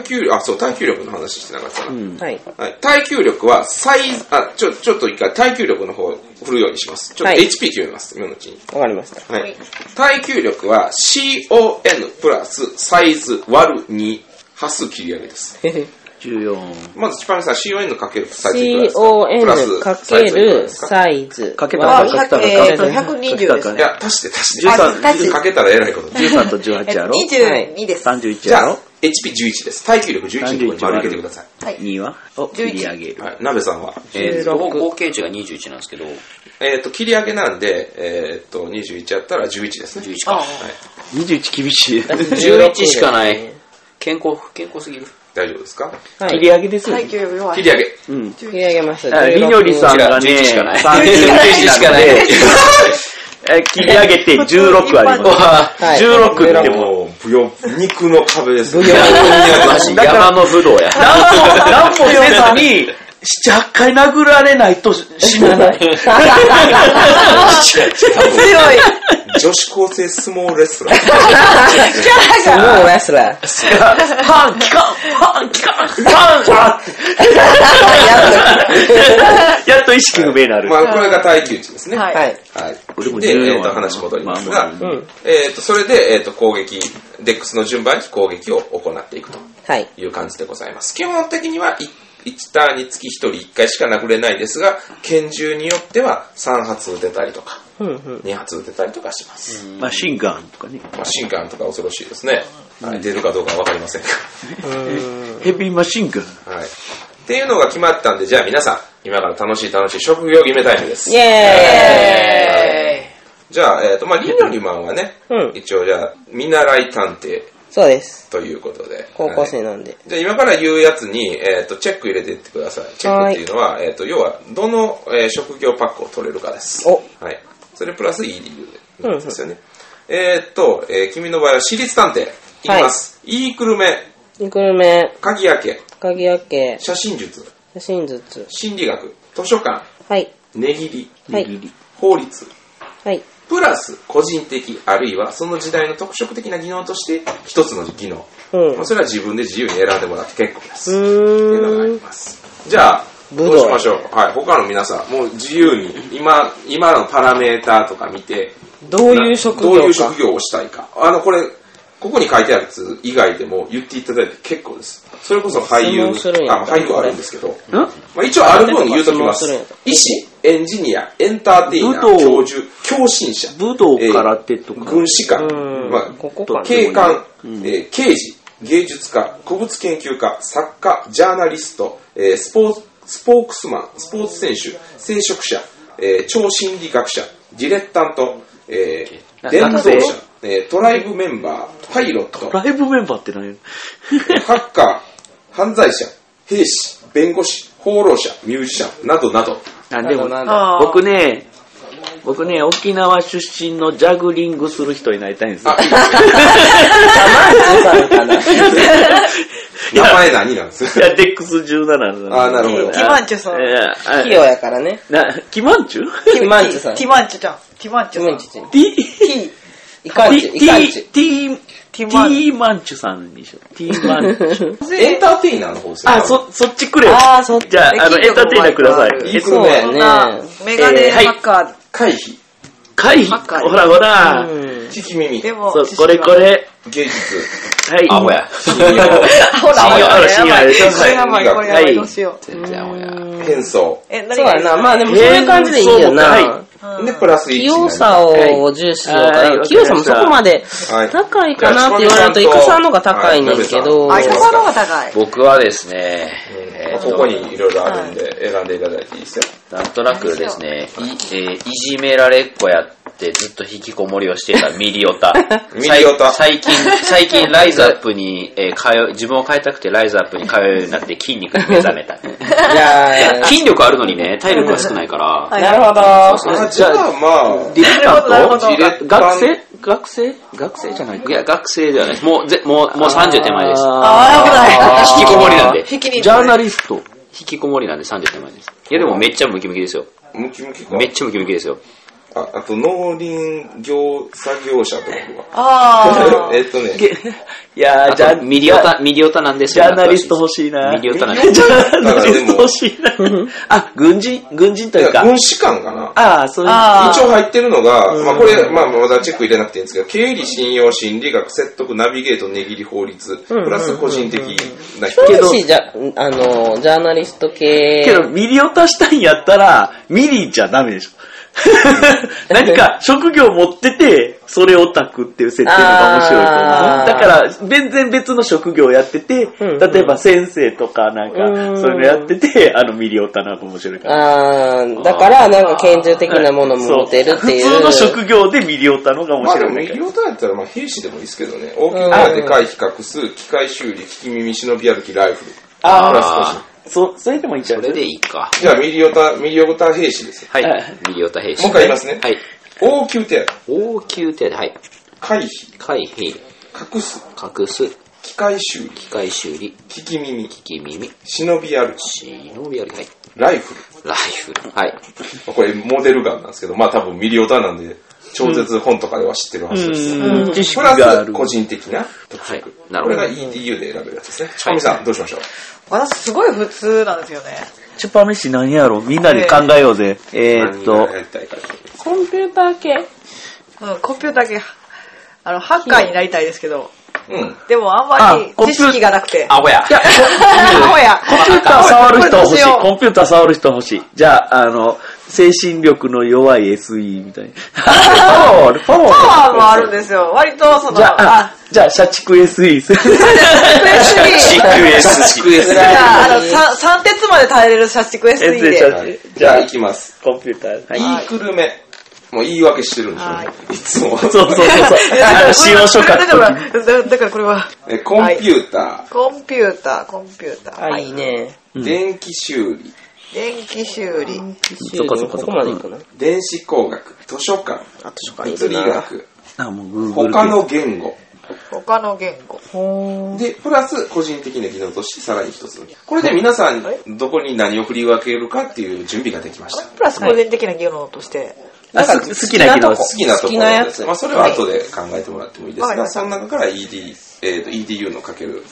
S1: 耐久力、あ、そう、耐久力の話してなかったな。
S5: けうん
S2: うん。はい。
S1: はい、耐久力は最、あ、ちょ、ちょっと一回耐久力の方を振るようにします。ちょっ
S2: はい
S1: と HP 決めます、今のうちに。
S2: わかりました。
S1: はい。耐久力は CON プラスサイズ割る2、ハス切り上げです。
S5: 14
S1: まず、チパミさん、CON かけるサイズいくらですかプラ
S2: con
S1: ス
S2: か
S1: サ
S2: け
S1: イズいくら
S2: る
S1: ですか
S2: サイズ。
S5: かけた
S4: あ
S5: ら
S2: 割
S5: かけたら
S4: えーと
S5: か
S4: 120
S5: けたらか
S1: いや、足して足して。
S4: 13あ足して
S1: かけたらえらいこと。
S5: 13と18やろ
S2: はい
S4: 22です。
S5: 31
S1: じゃ
S5: やろ
S1: あ、HP11 です。耐久力11の方に丸けてください。
S4: はい。
S5: 2はを切り上げる
S1: はい。鍋さんは
S3: えーと、
S2: 16
S3: 合計値が21なんですけど、
S1: えっ、と、切り上げなんで、えっ、と、21やったら11ですね。
S3: 11か。
S5: 21厳しい
S3: 11しかない。健康、健康すぎる。
S1: 大丈夫ですか
S2: は
S5: 切
S2: い。
S5: り上げですよ
S4: 耐久力弱
S1: 切
S4: い。
S1: り上げ。
S5: うん
S2: 切り上げました。
S5: ありのりさんがね
S3: 11しかない
S5: 31
S3: しかない
S5: なんでえ切り上げて16あります
S2: はい
S5: 16ってもう
S1: もう、ぶよ、肉の壁ですね。
S3: マジ、山の武道や。
S5: 何もせずに78回殴られないと死なない
S4: 強い。
S1: 女子高生相撲レスラー。
S2: すごいレスラー。
S5: パンキカンパンキカンパンパンやっと意識不明になる
S1: まあ、これが耐久値ですね。
S4: はい
S2: はい。
S1: はい。
S5: 俺も
S1: で、
S5: 14
S1: えっ、と、話戻りますが、
S5: まあ
S2: まあうん
S1: えっ、と、それで、えっ、と、攻撃、デックスの順番に攻撃を行っていくと
S2: はい。
S1: いう感じでございます。基本的には、1ターンにつき1人1回しか殴れないですが、拳銃によっては3発撃てたりとか、
S2: うんうん。
S1: 2発撃てたりとかします。
S5: (laughs) マシンガンとかね
S1: マシンガンとか恐ろしいですね。はい、出るかどうかはわかりませんが。
S5: ヘビーマシンガン
S1: はい。っていうのが決まったんで、じゃあ皆さん、今から楽しい楽しい職業決めタイムです
S2: イ。ェーイ
S1: じゃあ、えっ、と、まあリニョリマンはね、
S2: うん
S1: 一応じゃあ、見習い探偵
S2: そうです。
S1: ということで。
S2: 高校
S1: はい
S2: 生なんで。
S1: じゃあ今から言うやつに、えっとチェック入れていってください。チェックっていうのは、えっと要はどの、えー職業パックを取れるかです。
S2: お
S1: はい。それプラスいい理由なんですよね。えっと、えー君の場合は私立探偵。いきます。い、いくるめ、
S2: イクルメ、
S1: 鍵開け、
S2: 鍵開け、
S1: 写真術、
S2: 写真術。
S1: 心理学、図書館、
S2: はい。
S1: 値切り、
S2: はい。
S1: 法律。
S2: はい。
S1: プラス個人的あるいはその時代の特色的な技能として一つの技能。
S2: うん
S1: まあ。それは自分で自由に選んでもらって結構です。っていうのがあ
S2: うー
S1: り
S2: ん。
S1: ます。じゃあ、
S2: 武
S1: ど
S2: 道
S1: うしましょう。はい、他の皆さん、もう自由に、今、今のパラメーターとか見て、
S2: どういう職業か
S1: どういう職業をしたいか。あの、これ、ここに書いてあるやつ以外でも言っていただいて結構です。それこそ俳優、
S2: 質問するんや
S1: あ、まあ俳優はあるんですけど、
S5: ん
S1: まあ、一応ある分言うときま
S2: 質問す
S1: す
S2: るんや。
S1: 医師、エンジニア、エンターテイナー、
S5: 武道
S1: 教授、教信者、
S5: 武道空手とか
S1: 軍師官、
S2: うん
S1: まあ
S2: ここか
S1: 警官、えー刑事、芸術家、古物研究家、作家、ジャーナリスト、えースポーツスポークスマン、スポーツ選手、聖職者、えー超心理学者、ディレッタント、えー伝道者
S5: 学生、
S1: えートライブメンバー、パイロット、
S5: ライブメンバーって何や
S1: ハッカー、犯罪者、兵士、弁護士、放浪者、ミュージシャン、などなど。
S5: なんでも
S2: なんだ
S4: あー
S5: 僕ね、僕ね、沖縄出身のジャグリングする人になりたいんですよ
S1: あ。、いいですね名前何なんです
S5: いや、デックス17なんですよ
S1: あーなるほど
S4: ティマンチュさん。
S5: えーあ
S2: 企業やからね。
S5: な、キマンチュ (laughs)
S2: ティマンチさん。
S4: テ
S2: テ
S4: ィマンチュちゃん。ティマンチ
S2: ィマン
S4: ュ
S2: チ
S4: さん。
S2: さん。
S5: ?T、
S4: T。
S2: イカンチ、イカンチ。
S5: T、
S4: テ
S5: T
S4: ィマン
S5: マンチュさんにしよう。T マンチュ。
S1: エンターテイナーの方ですよね
S5: (laughs) あ、そ、そっちくれよ。
S2: あー、そっ
S5: じゃあ、あの、エンターテイナーください。
S1: いい
S5: え
S1: く
S2: そう
S1: ね
S2: や
S4: そんな
S2: ね。
S4: メガネマッカー。
S1: 回避、
S5: かい。
S4: 真っ赤い
S5: ほらほら。
S1: チキミミ。
S4: でも、
S5: そう、これこれ。
S1: 芸術。
S5: はい。
S3: 青や。
S4: ほら、ほ
S5: 信用あ
S4: ら、
S5: る、信用ある。
S4: これやばい、これやば、
S5: はいい
S4: どうしよう。
S3: 全然青や。
S1: 変装。
S4: え、何
S2: そう
S4: が
S2: や
S4: いい
S2: な。まあでもそう
S5: えー
S2: いう感じでいいんやな。
S1: で、プラス1。
S2: 器用さを重視しようか
S5: はい
S2: な。器用さもそこまで
S1: はい
S2: 高いかなって言われると、
S1: じ
S2: イ
S1: ゃあ
S2: カさんの方が高いねんですけど。
S1: は
S4: あ、
S1: い
S4: イカさんの方が高い。
S3: 僕はですね、えーと
S1: ここにいろいろあるんで、選んでいただいていいですよ。。
S3: なんとなくですね、い,、えーいじめられっ子やってずっと引きこもりをしていたミリオタ
S1: ミリオタ
S3: 最最近、最近ライズアップに、えー通う自分を変えたくてライズアップに通うようになって筋肉に目覚めた。
S2: いやいやいや
S3: 筋力あるのにね、体力が少ないから、
S4: はい
S2: なるほど。
S1: あ、じゃあ、まあ、
S3: リッパーと
S4: なるほどな
S1: ほ
S4: る
S1: ど
S3: 学生学生学生じゃないいや、学生ではないです。もう、ぜもう、もう30手前です。
S4: あー、危ない。
S3: 引きこもりなんで。
S4: 引きに。
S5: ジャーナリスト。
S3: 引きこもりなんで30手前です。いや、でもめっちゃムキムキですよ。
S1: ムキムキか
S3: め。っちゃムキムキですよ。
S1: ああと、農林業作業者とか。
S4: あ
S1: えっとね、
S5: いやー、
S3: あ
S5: ジャ
S3: と、
S5: ー
S3: ミリオタ、ミリオタなんです
S5: ジャーナリスト欲しいな。
S3: ミリオタなんです
S5: (laughs) ジャーナ
S1: だから
S5: リ
S1: で
S5: ス
S1: も
S5: ト欲しいな。あ、軍人、軍人と
S1: い
S5: いう
S1: や
S5: か。
S1: 軍師官かな。
S5: ああ、そういう。
S4: あー
S1: 一応入ってるのが、まあこれ、まあまだチェック入れなくていいんですけど、経理、信用、心理学、説得、ナビゲート、値切り、法律、プラス個人的な人。
S2: 教師じゃ、あの、ジャーナリスト系。
S5: けど、ミリオタしたいんやったら、ミリじゃダメ
S2: (laughs)
S5: でしょ。何か職業持ってて、それオタクっていう設定のが面白いと
S2: あー
S5: 思う。だから、全然別の職業やってて、
S2: うん
S5: 例えば先生とかなんか
S2: うん、
S5: そういうのやってて、あのミリオタなんか面白いから。
S2: あーだから、なんか拳銃的なものも持てるっていう。
S5: そう普通の職業でミリオタのが面
S1: まあで
S5: 白い
S1: も、
S5: んだ
S1: ミ
S5: け
S1: リ
S5: ど。
S1: オタやったら、まあ兵士でもいいですけどね、大きなでかい比較数、機械修理、利き耳、忍び歩き、ライフル。
S5: あ
S1: プ
S5: ー
S1: ラス個人。
S5: そ、それでもいいんじゃ
S3: そ
S5: ない
S3: れでいいか。
S1: じゃあ、ミリオタ、ミリオタ兵士ですよ。
S3: は
S5: はい
S3: い。ミリオタ兵士。
S1: もう一回言いますね
S3: はい。
S1: 応急手
S3: 応急手当、はい。
S1: 当、回避、
S3: 回避、
S1: 隠す、
S3: 隠す、
S1: 機械修理、
S3: 機械修理、
S1: 聞き耳、
S3: 聞き耳、
S1: 忍び歩き、
S3: 忍びあり、はい。
S1: ライフル。
S3: ライフル、はい。
S1: まあこれ、モデルガンなんですけど、まあ多分ミリオタなんで、超絶本とかでは知ってるはずです。
S5: うん知識
S1: プ
S5: が
S1: ラ
S5: あ
S1: ス
S5: る。
S1: 個人的な特
S3: はい
S1: 色。。
S3: な
S1: これが
S3: る
S1: EDU で選べるやつですね。ちかみさん、どうしましょう
S4: 私すごい普通なんですよね。
S5: チュパ飯何やろみんなで考えようぜ。えーっ
S1: 何
S5: と
S1: が、やりたいかってこと
S2: コンピューター系
S4: うん、コンピューター系、あの、ハッカーになりたいですけど、
S1: うん。
S4: でもあんまり
S5: あコンピ
S4: 知
S5: ュー
S4: 識がなくて。
S3: ほど。あ、ほや。
S4: あ、ほや。
S5: コンピューター触る人
S4: これ
S5: 欲しい。
S4: どうしよ
S5: コンピューター触る人欲しい。じゃあ、あの、精神力の弱い SE みたいな。パ (laughs) ワーある、パワー
S4: うパ
S5: あ
S4: ワーもあるんですよ。割と、そ
S5: る
S4: の、
S5: じゃあ、
S4: あ、
S5: あじゃあ、社畜 SE。社
S4: シック SE
S5: 畜 SE
S4: じゃあ、あの、さ三鉄まで耐えれるシャチクエスト E で。
S5: 社
S1: はい
S5: 畜。
S1: じ
S5: じ
S1: ゃ
S5: ゃ
S1: あ、
S5: あ
S1: 行、きます。
S5: コンピューター。はい。
S1: いいくるめ。もう言い訳してるんでしょうね
S4: はい
S1: つも。
S5: そうそうそうそう。あの、使用書書
S4: だか
S5: くと
S4: ら、だだからこれは、
S1: えコンピュータ
S4: コンピューター、コンピューター。
S2: あ、いい。ね。
S1: ー、電気修理、
S4: 電気修理。
S2: そ
S5: こそこそ
S2: こまでいくな。
S1: 電子工学、図書館、
S2: あ、図書館い
S1: 物
S2: る
S1: 理
S2: な。
S1: 学、
S5: あ、もう Google
S1: 他の言語。
S4: 他の言語。
S1: で、プラス個人的な技能としてさらに一つ。これで皆さん、どこに何を振り分けるかっていう準備ができました。
S4: プラス個人的な技能として。
S5: あす好きな機能
S1: 好きなところ
S2: 好きなやつ
S1: まあ、それは後で考えてもらってもいいです
S4: はい
S1: が、その中から ED、えーと EDU のかける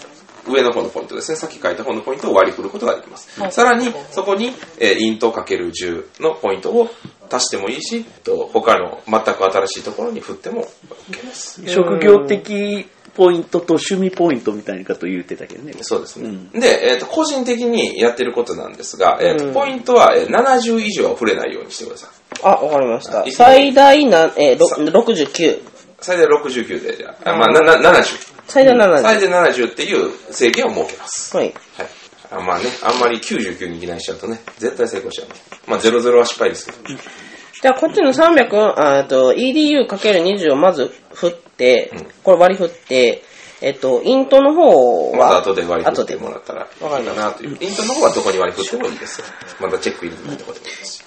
S1: 上の方のポイントですね。さっき書いた方のポイントを割り振ることができます。
S4: はい
S1: さらに、そこに、えー、イントかける10のポイントを足してもいいし、と他の全く新しいところに振っても OK です。
S5: 職業的ポイントと趣味ポイントみたいなこと言ってたけどね。
S1: そうですね。
S5: う
S1: で、えーと、個人的にやってることなんですが、えーとポイントは、えー70以上は触れないようにしてください。
S2: あ、わかりました
S1: い。い
S2: 最大な、えー、ろ69。
S1: 最大69で、じゃあ、あまあ、なな70。
S2: 最大
S1: 最
S2: 70。
S1: 大70っていう制限を設けます。
S2: はい。
S1: はい。あまあね、あんまり99にいきなりしちゃうとね、絶対成功しちゃうね。まあ00は失敗ですけど。
S2: じゃあ、こっちの300、あえっと EDU×20 をまず振って、これ割り振って、えっと、イントの方は、
S1: また後で割り振
S2: 後
S1: って
S2: で
S1: もらったらいい
S2: わか
S1: か
S2: りまし
S1: なという。イントの方はどこに割り振ってもいいですよ。まだチェック入れてないところでもいいですし。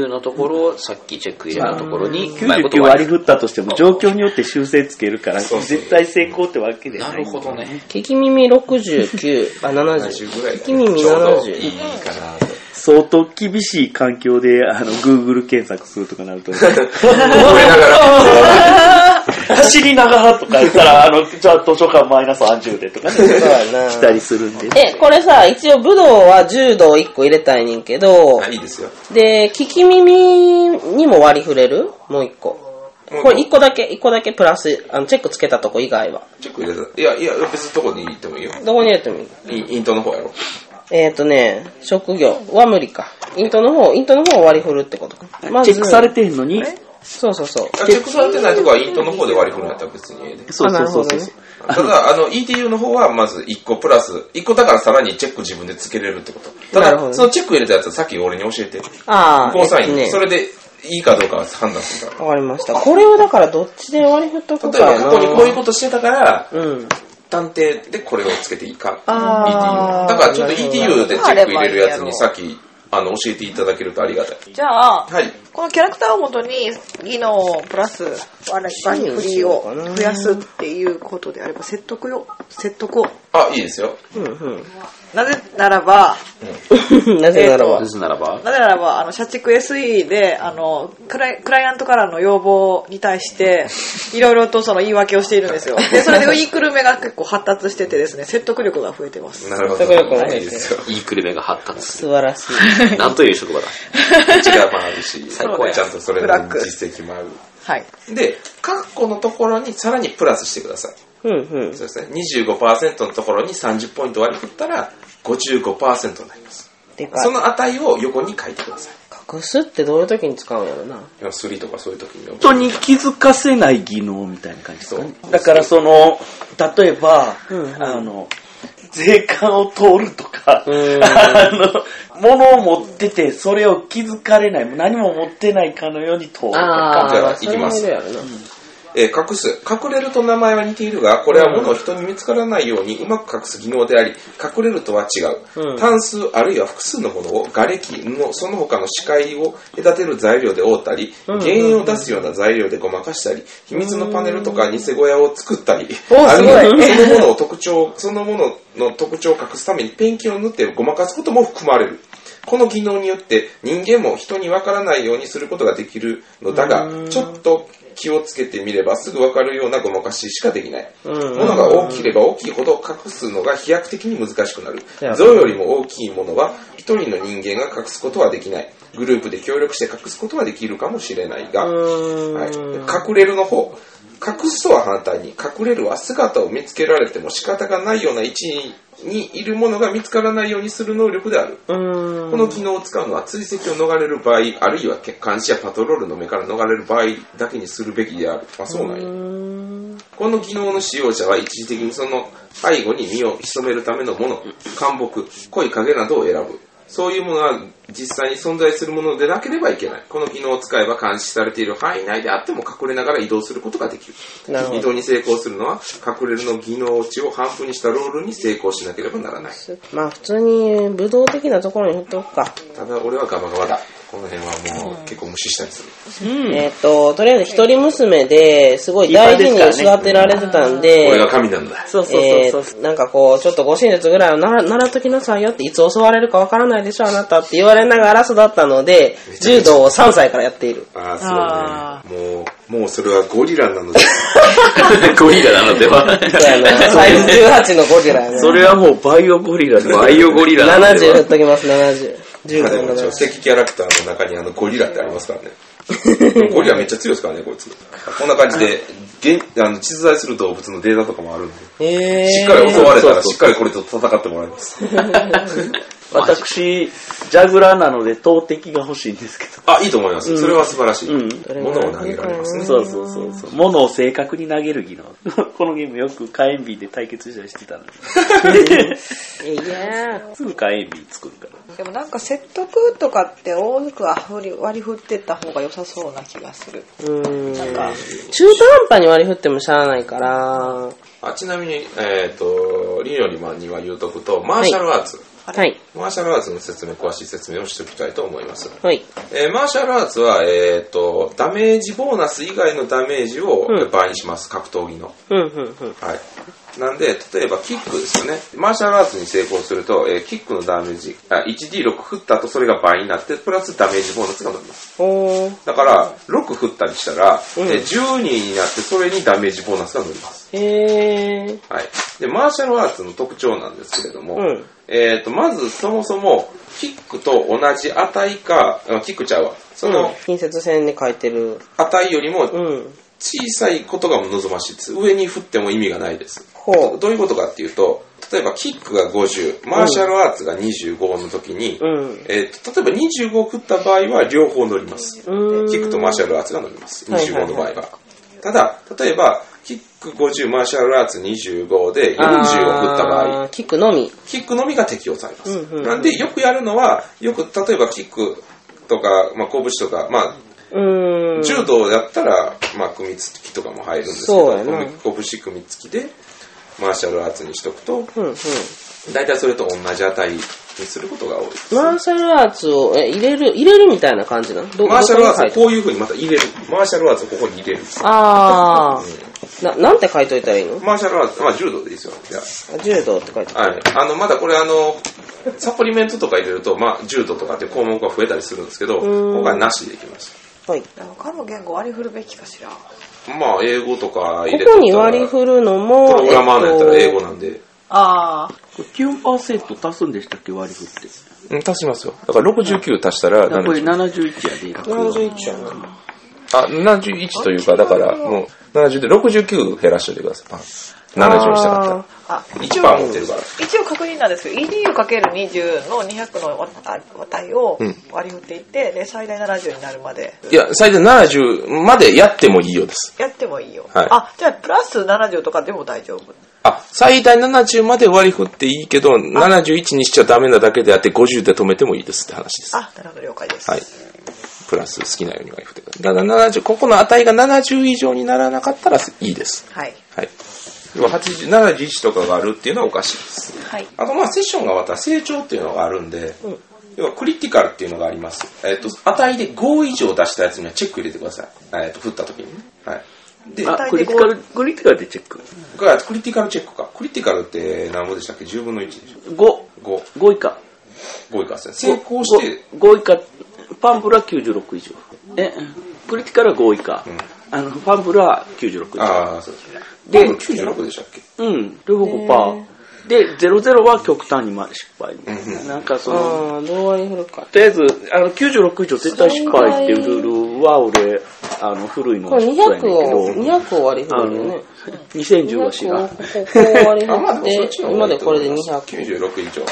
S3: EDU のところを、さっきチェック入れたところに、うまいこと
S5: 99割り振ったとしても、状況によって修正つけるから、
S1: そうそう
S5: 絶対成功ってわけでは
S3: な
S5: ない
S3: る。ほどね。
S2: 聞き耳69、あ、70。
S1: 70ぐらい
S2: 聞
S1: だ
S2: き
S1: ね
S2: 耳
S1: ちょうどいい
S2: 70。
S1: かなと。
S5: 相当厳しい環境で、あの、Google 検索するとかなると。
S1: 思いながら。
S5: (laughs) 走りながらとか言ったら、あの、じゃあ図書館マイナス30でとかね、
S6: そう
S5: し
S6: や
S5: た
S6: な
S5: りするんで。
S2: で、これさ、一応武道は柔道1個入れたいねんけど、
S1: あいいですよ。
S2: で、聞き耳にも割り振れるもう1個。これ1個だけ、1個だけプラス、あの、チェックつけたとこ以外は。
S1: チェック入れた。いや、いや、別にどこに行ってもいいよ。
S2: どこに入れてもいい
S1: インイントの方やろ。
S2: えっ、ー、とね、職業は無理か。イントの方、イントの方を割り振るってことか。ま
S5: チ
S2: ず
S5: ェックされてんのに、
S2: そうそうそう。
S1: あチェックされてないとこはイントの方で割り振るんやったら別にええで。
S5: そう
S2: あ
S5: そうそう
S2: なるほど
S5: そう
S2: ね。
S1: ただ、あの、ETU の方はまず1個プラス、1個だからさらにチェック自分でつけれるってこと。た
S2: なるほど
S1: だ、
S2: ね
S1: そのチェック入れたやつはさっき俺に教えて。
S2: ああ、
S1: ゴーサイ
S2: えっ
S1: ン、
S2: とね
S1: それでいいかどうかは判断するか
S2: わかりました。これをだからどっちで割り振っとく
S1: ら。
S2: か
S1: 例え
S2: や
S1: ば、
S2: な。
S1: ここにこういうことしてたから、
S2: うん。
S1: 探偵でこれをつけていいか。
S2: あ
S1: ETU。
S2: ー
S1: だからちょっと ETU でチェック入れるやつ
S4: あればいいやろ
S1: にさっき、あの、教えていただけるとありがたい。
S4: じゃあ、
S1: はい。
S4: このキャラクターをもとに技能プラス割り振りを増やすっていうことであれば説得よ説得を
S1: あ、いいですよ。
S2: うんうん
S4: なぜならば
S2: なぜならば
S3: な。ぜならば、
S4: なぜならばあの社畜 SE であのクライクライアントからの要望に対していろいろとその言い訳をしているんですよでそれでウィークル目が結構発達しててですね説得力が増えてます
S1: なるほど。
S2: 説得力もね
S1: いいですよ。
S3: いいくるめが発達す
S2: 素晴らしい。
S3: る。なんという職場だ。 (laughs)
S1: 違うもあるし、
S4: 最高や
S1: ちゃんとそれ
S4: ブラッ
S1: の
S4: ク
S1: 実績もある。
S4: はい
S1: で、括弧のところにさらにプラスしてください。
S2: うんうん。
S1: そうですね。25%のところに30ポイント割り振ったら、55%になります。
S2: でか
S1: そ
S2: い。
S1: の値を横に書いてください。
S2: 隠すってどういう時に使うんやろな。
S1: 要は3とかそういう時に
S5: 本当に気づかせない技能みたいな感じですかね
S1: そ。
S5: だからその、例えば、
S2: んうん
S5: あの、税関を通るとか、あ
S2: うん
S5: の、物を持ってて、それを気づかれない、何も持ってないかのように通ると
S2: あ
S5: か、
S1: じゃあ
S2: あ、
S1: 行きます
S2: それもいるやろな。
S1: えー隠す。隠れると名前は似ているが、これは物を人に見つからないようにうまく隠す技能であり、隠れるとは違う。
S2: うん
S1: 単数あるいは複数のものを瓦礫のその他の視界を隔てる材料で覆ったり、
S2: んうん
S1: 原因を出すような材料でごまかしたり、秘密のパネルとか偽小屋を作ったり、
S2: おー
S1: あるい
S2: (laughs)
S1: は
S2: すごい
S1: そのものを特徴、そのものの特徴を隠すためにペンキを塗ってごまかすことも含まれる。この技能によって人間も人にわからないようにすることができるのだが、ちょっと気をつけてみればすぐわかるようなごまかししかできない。も
S2: ん
S1: のが大きければ大きいほど隠すのが飛躍的に難しくなる
S2: や。
S1: 像よりも大きいものは一人の人間が隠すことはできない。グループで協力して隠すことはできるかもしれないが、はい、隠れるの方隠すとは反対に隠れるは姿を見つけられても仕方がないような位置にいるものが見つからないようにする能力である
S2: うーん。
S1: この機能を使うのは追跡を逃れる場合あるいは監視やパトロールの目から逃れる場合だけにするべきであるあそうなんやこの技能の使用者は一時的にその背後に身を潜めるためのもの、干木、濃い影などを選ぶ。そういうものは実際に存在するものでなければいけない。この技能を使えば監視されている範囲内であっても隠れながら移動することができる。
S2: なるほど
S1: 移動に成功するのは隠れるの技能値を半分にしたロールに成功しなければならない。
S2: まあ普通に武道的なところに振っとくか。
S1: ただ俺はガバガバだ。この辺はもう結構無視したりする。
S2: えっ、と、とりあえず一人娘ですごい大事に育てられてたんで、
S1: 俺が神なんだ。
S5: そうそう
S2: え
S5: そうそう。
S2: ーなんかこう、ちょっとご親切ぐらいはなら習っときなさいよって、いつ襲われるかわからないでしょ、あなたって言われながら育ったので、柔道を3歳からやっている。
S1: ああ、そうね。もう、もうそれはゴリラなのです。
S3: ゴリラなのでは。
S2: そうやな。サイズ18のゴリラや
S5: そ
S2: な。
S5: れはもうバイオゴリラで (laughs)
S3: バイオゴリラなので
S2: 70振っ
S3: は。
S2: ときます、70。柔
S1: まあで
S2: 道の
S1: も女
S2: 70。
S1: 性キャラクターの中にあのゴリラってあります
S2: (laughs)
S1: からね。ゴリラめっちゃ強いですからね、こいつ。こんな感じで、現あの実在する動物のデータとかもあるんで、
S2: えー、
S1: しっかり襲われたらしっかりこれと戦ってもらいます。
S5: 私、ジャグラーなので投擲が欲しいんですけ
S1: あ、いいと思います。それは素晴らしい。
S5: うん
S1: 物を投げられます
S5: ど。
S1: ね。
S5: そうそうそうそう。物を正確に投げる技能。 (laughs) このゲームよく火炎瓶で対決したりしてたん (laughs) です。
S2: いや
S5: すぐ火炎瓶作るから。
S4: でもなんか説得とかって大きく割り振ってった方が良さそうな気がする
S2: ーうーん。
S4: なんか
S2: 中途半端に割り振ってもしゃあないから、
S1: あちなみに、えっ、と、リンよりマンには言うとくと、マーシャルアーツ。
S2: はい、
S1: マーシャルアーツの説明、詳しい説明をしておきたいと思います。
S2: はい。
S1: えーマーシャルアーツは、えっ、と、ダメージボーナス以外のダメージを
S2: うん
S1: 倍にします、格闘技の。
S2: うん、うん、うん。
S1: はい。なんで、例えばキックですよね。マーシャルアーツに成功すると、えーキックのダメージ、あ 1D6 振った後それが倍になって、プラスダメージボーナスが乗ります。
S2: おー。
S1: だから、6振ったりしたら、えー12になって、それにダメージボーナスが乗ります。
S2: へー。
S1: はい。で、マーシャルアーツの特徴なんですけれども、
S2: うん
S1: えっと、まずそもそも、キックと同じ値か、あキックちゃうわ。そ
S2: うん
S1: の、
S2: 近接線に書いてる。
S1: 値よりも
S2: うん。
S1: 小さいことが望ましいです。上に振っても意味がないです。
S2: ほ
S1: どういうことかっていうと、例えばキックが50、マーシャルアーツが25の時に、
S2: う。うん。
S1: えーと例えば25を振った場合は両方乗ります。
S2: うん
S1: キックとマーシャルアーツが乗ります。
S2: はいはいはい
S1: 25の場合は。ただ、例えば、キック50、マーシャルアーツ25で40を振った場合、
S2: あーキックのみ。
S1: キックのみが適用されます。
S2: うんうん
S1: なんで、よくやるのは、よく、例えばキックとか、まあ、拳とか、ま
S2: うー
S1: あ、
S2: ん。
S1: 柔道だったら、まあ、組付きとかも入るんですけ
S2: そうや
S1: ど、
S2: な
S1: 拳組付きで、マーシャルアーツにしとくと、
S2: うんうん。
S1: 大体それと同じ値にすることが多いです。
S2: マーシャルアーツを、え、入れる、入れるみたいな感じなのど
S1: マーシャルア
S2: どこ
S1: ー
S2: に
S1: ツ
S2: 書
S1: を
S2: い
S1: こう
S2: て
S1: いう風にまた入れる。マーシャルアーツをここに入れる。
S2: あるあー。な、なんて書いといたらいいの
S1: マーシャルアーツ、まあ柔道でいいですよ。じゃ
S2: あ柔道って書いてあ
S1: あ、はい。あの、まだこれあの、サプリメントとか入れると、まあ柔道とかって項目が増えたりするんですけど、
S2: ん
S1: 今回なしでいきまし
S2: る。はい。
S4: 他の言語割り振るべきかしら。
S1: た。まあ英語とか入れ
S2: こ
S1: て
S2: こに割り振るのも、
S1: プログラマーのやったら英語
S2: えっ
S1: なんで。
S4: ああ。
S5: これ9%足すんでしたっけ割り振って。
S1: うん、足しますよ。だから69足したら
S5: だからこれ71やで。
S2: と71じゃん。
S1: あ、71というか、だから、もう、70で69減らしておいてください。70にしたか
S4: あ
S1: った。1番持ってるから。
S4: 一応確認なんですけど EDU×20 の200の値を割り振っていって、で最大70になるまで
S1: いや、最大70までやってもいいようです。
S4: やってもいいよ、
S1: はい
S4: あじゃあプラス70とかでも大丈夫
S1: あ、最大70まで割り振っていいけど、71にしちゃダメなだけであって、50で止めてもいいですって話です。
S4: あなるほど了解です、
S1: はい。プラス好きなように割り振ってください。だから70、ここの値が70以上にならなかったらいいです。
S4: はい
S1: はい。要は80 71とかがあるっていうのはおかしいです。
S4: はい
S1: あとまあセッションがまた成長っていうのがあるんで、要はクリティカルっていうのがあります。えっ、と、値で5以上出したやつにはチェック入れてください。えっ、と、振った時にね。はい。で、
S5: あ、クリティカル、クリティカルでチェック。
S1: これはクリティカルチェックか。クリティカルって何ぼでしたっけ ?10 分の1でしょ。
S5: 5、
S1: 5、
S5: 5以下。
S1: 5以下ですね。成功して、
S5: 5。5以下、パンプルは96以上。え、クリティカルは5以下。あの、パンプルは96以上。
S1: ああ、そうですね。
S5: で
S1: で、96でしたっけ
S5: うん、両方5%パー。で、00は極端にま失敗。なんかその、
S2: あー、どう割り振るか。
S5: とりあえず、あの、96以上絶対失敗っていうルールは俺、あの、古いの
S2: これ
S5: そうやね
S2: 200
S5: んけ
S2: を、
S5: ど
S2: 200を割り振
S5: あ
S2: るんだよ
S5: の
S2: ね。、
S5: 2010はし
S2: 200を
S5: が
S2: こ。ここう割り
S1: あ、まあで
S2: 振っ
S1: もそっち
S2: て、
S1: の方が
S2: 今
S1: い
S2: で
S1: いと
S2: こ
S1: 思
S2: れで
S1: います
S2: 200。
S1: 96以上。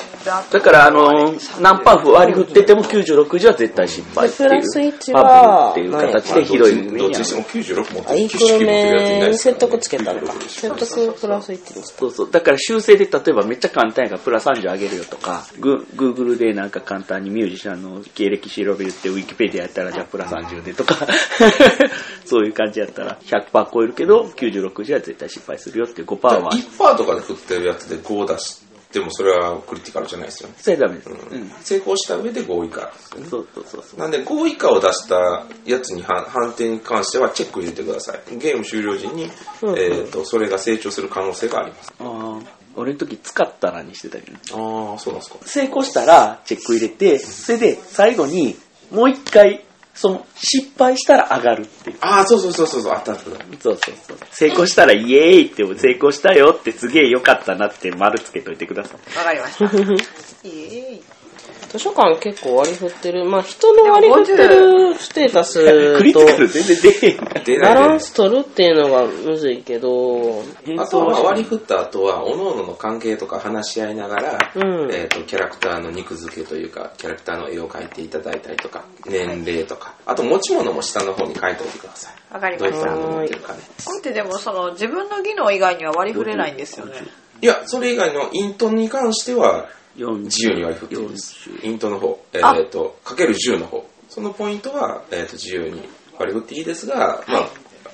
S5: だから、あの、何パーフ割り振ってても96以上は絶対失敗っていう。
S2: プラス一は
S5: パーフっていう形で広い目
S1: どっ
S5: に
S1: ちに
S5: ある
S1: しても96持っ
S2: あ、
S1: て
S2: イ
S1: る。
S2: ンクルメに説得
S1: 得
S2: つけたのか。説得プラス1にし
S5: そうそう。だから修正で例えばめっちゃ簡単やからプラ30上げるよとか、グーグルでなんか簡単にミュージシャンの経歴調べるってウィキペディアやったらじゃあプラ30でとか、 (laughs) そういう感じやったら100%超えるけど96じゃ絶対失敗するよっていう5%は。
S1: 1%とかで振ってるやつで5出してもそれはクリティカルじゃないですよね。
S5: それダメです。う
S1: うん
S5: ん。
S1: 成功した上で5以下ですよね。
S5: そうそうそうそう。
S1: なんで5以下を出したやつには判定に関してはチェック入れてください。ゲーム終了時に、えっと、それが成長する可能性があります。
S5: あー俺の時使ったらにしてたけど、
S1: ああ、そうなんですか。
S5: 成功したらチェック入れて、それで最後にもう一回、その失敗したら上がるっていう。
S1: ああ、そうそうそうそうそう、あったあった。
S5: そうそうそう。成功したらイエーイって成功したよってすげえ良かったなって丸つけといてください。
S4: わかりました (laughs) いえいえ
S2: 図書館結構割り振ってる。まあ人の割り振ってるステータ
S5: クリ
S2: ス
S5: ティカル
S2: と、
S5: 全然出へんから。
S1: 出な
S2: バ
S1: い
S2: ラ
S1: で
S2: ンス取るっていうのがむずいけど、
S1: あとは割り振った後は、各々の関係とか話し合いながら、
S2: うん
S1: えっ、と、キャラクターの肉付けというか、キャラクターの絵を描いていただいたりとか、年齢とか、あと持ち物も下の方に書いておいてください。
S4: わかり
S1: どう
S4: ま
S1: いっ
S4: したた
S1: もの
S4: こ
S1: を持ってるかね。
S4: れってでもその自分の技能以外には割り振れないんですよね
S1: いや、それ以外のイントに関しては、自由に割り振っていいです。イントの方、えっ、と、かける10の方。そのポイントは、えっ、と、自由に割り振っていいですが、まあ、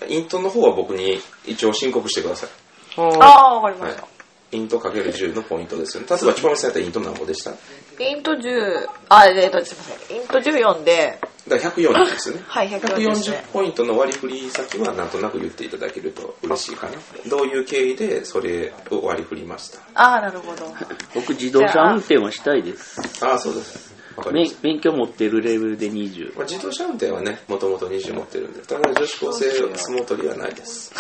S1: イントの方は僕に一応申告してください。
S2: あ
S4: ああわかりま
S1: はい
S4: した、。
S1: イントかける10のポイントですよね。例えば、千葉美さんやったらイント何個でした
S4: イント10、あ、えっと、すみません。イント14で、
S1: だから140ですよね。
S4: はい140ですね
S1: 140ポイントの割り振り先はなんとなく言っていただけると嬉しいかな。どういう経緯でそれを割り振りました
S4: ああ、なるほど。
S5: 僕自動車運転はしたいです。
S1: ああ、そうです。わかりま
S5: 免
S1: した
S5: 免許持ってるレベルで20。
S1: まあ、自動車運転はね、もともと20持ってるんで、ただ女子高生相撲取りはない
S4: (laughs)
S1: です。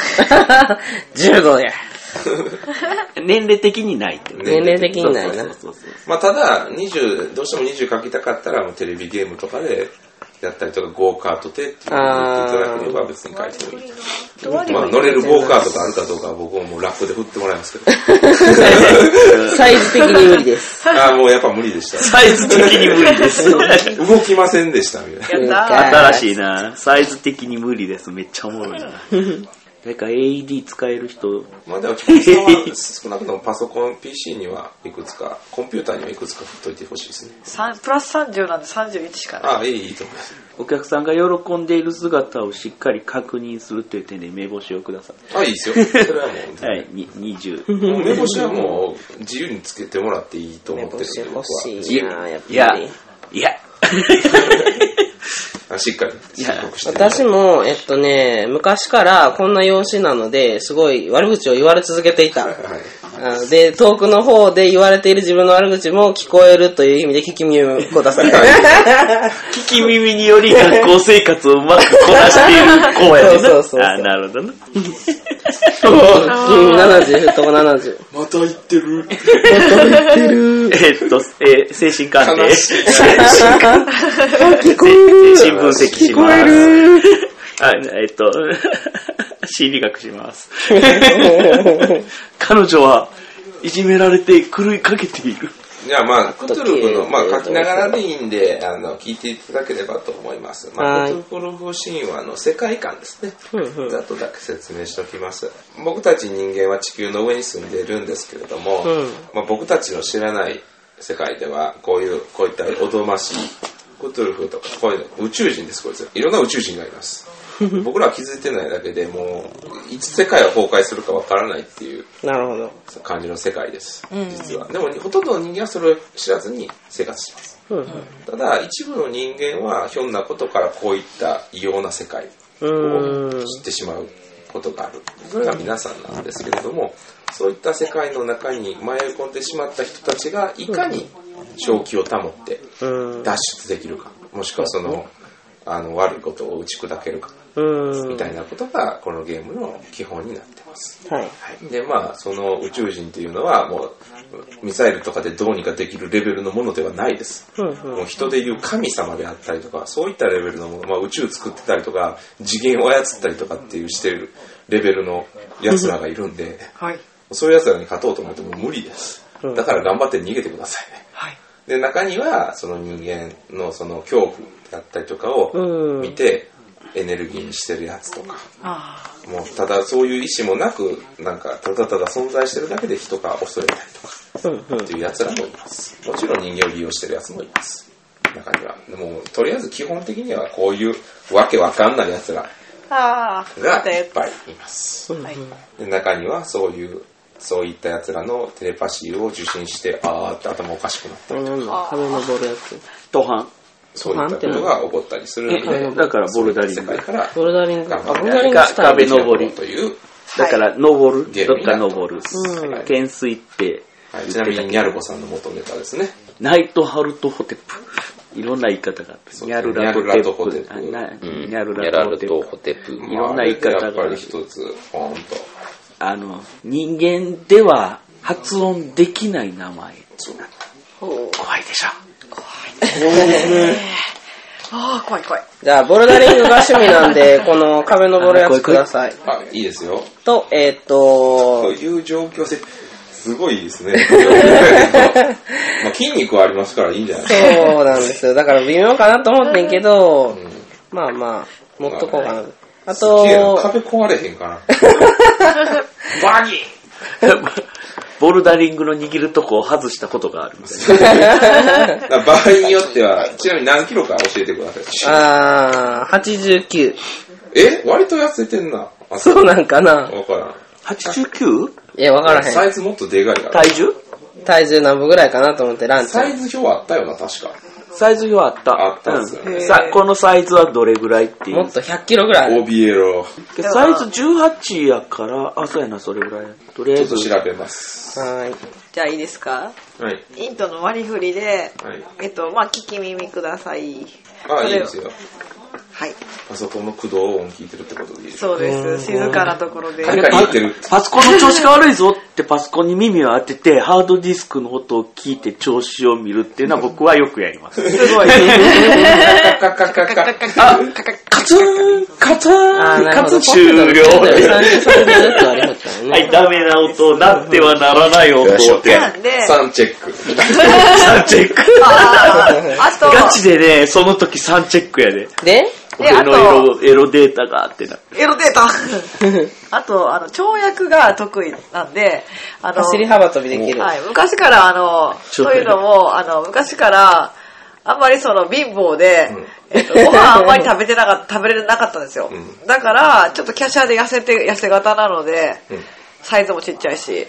S2: 15や。
S5: (laughs) 年齢的にないってこと
S2: 年齢的にない
S1: そうそ
S2: な
S1: うそうそうまあ、ただ、20、どうしても20書きたかったら、もうテレビゲームとかで、やったりとか、ゴーカートでっていうのを言っていただければ別に書いてもいい。まあ、乗れるゴーカートがあるかどうかは僕はもうラップで振ってもらいますけ
S4: (laughs)
S1: ど。
S2: サイズ的に無理です。
S1: ああ、もうやっぱ無理でした。
S5: サイズ的に無
S1: (laughs)
S5: 理です。
S1: 動きませんでした、みたいな。
S4: やったー。
S5: 新しいな。サイズ的に無理です。めっちゃおも
S1: (laughs)
S5: ろいな。誰か AED 使える人、
S1: まあでも、基本さんは少なくともパソコン、PC にはいくつか、コンピューターにはいくつか振っといてほしいですね。
S4: 三プラス30なんで31しかない。
S1: ああ、いい、いいと思います。
S5: お客さんが喜んでいる姿をしっかり確認するという点で目星をくださ
S1: ああ、いいですよ。それはも (laughs) う全
S5: い。
S1: 然。
S5: はい、に20。
S1: 梅干しはもう自由につけてもらっていいと思ってるんで僕
S2: 欲
S1: は
S2: しいな、やっ
S5: いや
S2: ぱり。、
S5: いや、
S1: あしっかり申告して
S2: 私も、えっとね、昔からこんな容姿なので、すごい悪口を言われ続けていた。
S1: はい
S2: あので、遠くの方で言われている自分の悪口も聞こえるという意味で聞き耳を出された。 (laughs)
S5: 聞き耳により学校生活をうまくこなしている子やねん
S2: そ
S5: な
S2: うそうそうそう
S5: あ、なるほどな。
S2: 君70、とこ70。
S1: また言ってる
S5: えっと、えー精神鑑定。
S1: 悲しい
S5: 精神鑑定。精神分析します。あえっと、 (laughs) 心理学します。彼女はいじめられて狂いかけている。
S1: じゃあまあクトゥルフの、まあ、書きながらでいいんであの聞いていただければと思います、まあ、
S2: は
S1: ク
S2: い
S1: トゥルフシーンはあの世界観ですね
S2: うんうん
S1: ざっとだけ説明しておきます僕たち人間は地球の上に住んでいるんですけれども、
S2: うん
S1: まあ、僕たちの知らない世界ではこういうこういったおとましいクトゥルフとかこういうの宇宙人ですこいついろんな宇宙人がいます僕らは気づいてないだけでもういつ世界は崩壊するかわからないっていう
S2: なるほど。
S1: 感じの世界です、実はでもほとんどの人間はそれを知らずに生活します
S2: うんうん
S1: ただ一部の人間はひょんなことからこういった異様な世界を
S2: うーん
S1: 知ってしまうことがあるそれが皆さんなんですけれどもそういった世界の中に迷い込んでしまった人たちがいかに正気を保って
S2: うん
S1: 脱出できるかもしくはそのあの悪いことを打ち砕けるか
S2: うん
S1: みたいなことがこのゲームの基本になってます
S2: はい。
S1: でまあその宇宙人っていうのはもうミサイルとかでどうにかできるレベルのものではないです、
S2: うんうん
S1: もう人でいう神様であったりとかそういったレベルのもの、まあ、宇宙作ってたりとか次元を操ったりとかっていうしてるレベルのやつらがいるんで
S4: はい。
S1: そういうやつらに勝とうと思っても無理です
S2: うん
S1: だから頑張って逃げてくださいね
S4: はい。
S1: で中にはその人間のその恐怖だったりとかを見てエネルギーにしてるやつとか、
S4: あ
S1: もうただそういう意思もなくなんかただただ存在してるだけで人が恐れたりとか
S2: うんうん
S1: っていうやつらもいますもちろん人間を利用してるやつもいます中にはでもとりあえず基本的にはこういうわけわかんないやつら
S4: あ。ああ。
S1: がいっ
S4: で、
S1: ぱいいます
S2: うんうん
S1: で中にはそういうそういったやつらのテレパシーを受信してあーって頭おかしくなった
S2: あれなんだ壁登るやつ。
S5: 途半。
S1: そういったことが起こったりするんで
S2: え
S5: だからボルダリ
S1: 世
S5: ン
S1: 界
S5: グ。
S1: から
S2: ボルダリング。あ、
S1: 頑張って
S2: ボルダリングしたい
S5: 壁登り
S1: という、
S5: だから登る。
S1: ゲー
S5: ど
S1: ム
S5: っ
S1: にな
S5: か
S1: る
S5: 登る。
S1: うん
S5: 懸垂って、
S1: はい、ちなみにニャルコさんの元ネタですね
S5: ナイトハルトホテップ。いろんな言い方があって。
S1: そう
S5: ニャルラトホテップ。
S1: ニャルラトホテッ
S3: う。
S5: あなんニ
S3: や
S5: ャ
S3: る
S5: ル
S3: ら
S5: ラ
S3: る
S5: トホテッ
S3: と
S5: プ
S3: ホ。テ (laughs) プ。
S5: いろんな言い方が
S1: まああれでやっぱり一つ、ポーンと。
S5: あの、人間では発音できない名 (laughs) 前。怖いでしょ。
S4: (laughs) ああ、怖い怖い。
S2: じゃあ、ボルダリングが趣味なんで、この壁登るやつください。
S1: あ、いいですよ。
S2: と、えーっ
S1: と
S2: と、
S1: いう状況で、すごいですね。まあ、筋肉はありますからいいんじゃないです
S2: そうなんですよ。だから微妙かなと思ってんけど、まあまあ、持っとこうかな。あ
S1: か。すげえな
S2: と、
S1: 壁壊れへんかな。
S5: ボルダリングの握るとこを外したことがあるんです。
S1: だから場合によっては、ちなみに何キロか教えてください。
S2: あー、89。
S1: え割と痩せてんな。あ、
S2: そうなんかな
S1: わからん。
S5: 89?
S2: いや、わから
S1: サ
S2: へん。
S1: イズもっとでかいから。
S5: 体重
S2: 体重何分ぐらいかなと思って、ランちゃ
S1: サ
S2: ん。
S1: イズ表あったよな、確か。
S5: サイズ表あった。
S1: あったんですよね
S5: うんさこのサイズはどれぐらいってい
S2: も
S5: う
S2: っ。と100キロぐらいある
S1: オビエロ。
S5: けどサイズ18やから、あ、そうやな、それぐらいや。とりあ
S1: ち
S5: え
S1: ょっ
S5: ず
S1: と、調べます。
S2: はい。
S4: じゃあいいですか
S1: はい。
S4: イントの割り振りで、
S1: はい。
S4: えっと、まあ、聞き耳ください。
S1: あ、
S4: そ
S1: いい
S4: れを
S1: ですよ。
S4: はい。
S1: パソコンの駆動音聞いてるってことでいいです
S4: そうです。静かなところで。
S1: 誰かに言ってる。
S5: パソコンの調子が悪いぞってパソコンに耳を当てて、ハードディスクの音を聞いて調子を見るっていうのは僕はよくやります。
S4: すごい。
S1: カカカカカカ。
S4: あカカカ
S5: カツンカツ
S2: あー
S5: ン
S2: なる
S5: カ
S2: ほ
S5: ツ
S2: ど
S5: ン終了
S2: 3人それぞれずっとありましたもん
S5: は
S2: ね。
S5: い、ダメな音、なってはならない音
S1: よし、オッケ
S4: なんで
S1: ー。3チェック。
S5: 3チェック。
S4: ああと、
S5: ガチでね、その時3チェックやで。
S2: で、
S4: で
S5: 俺のエ
S4: あ
S5: ロエロデータがってな。
S4: エロデータ。 (laughs) あと、あの、跳躍が得意なんで、あの、
S2: 走り幅跳びできる。
S4: はい、昔からあの、
S5: ちょっ
S4: と
S5: と
S4: いうのも、あの、昔から、あんまりその貧乏で、えっと、ご飯あんまり食べてなかった、食 (laughs) べれなかったんですよ。
S1: うん
S4: だから、ちょっと華奢で痩せて、痩せ型なので、
S1: うん
S4: サイズもちっちゃいし、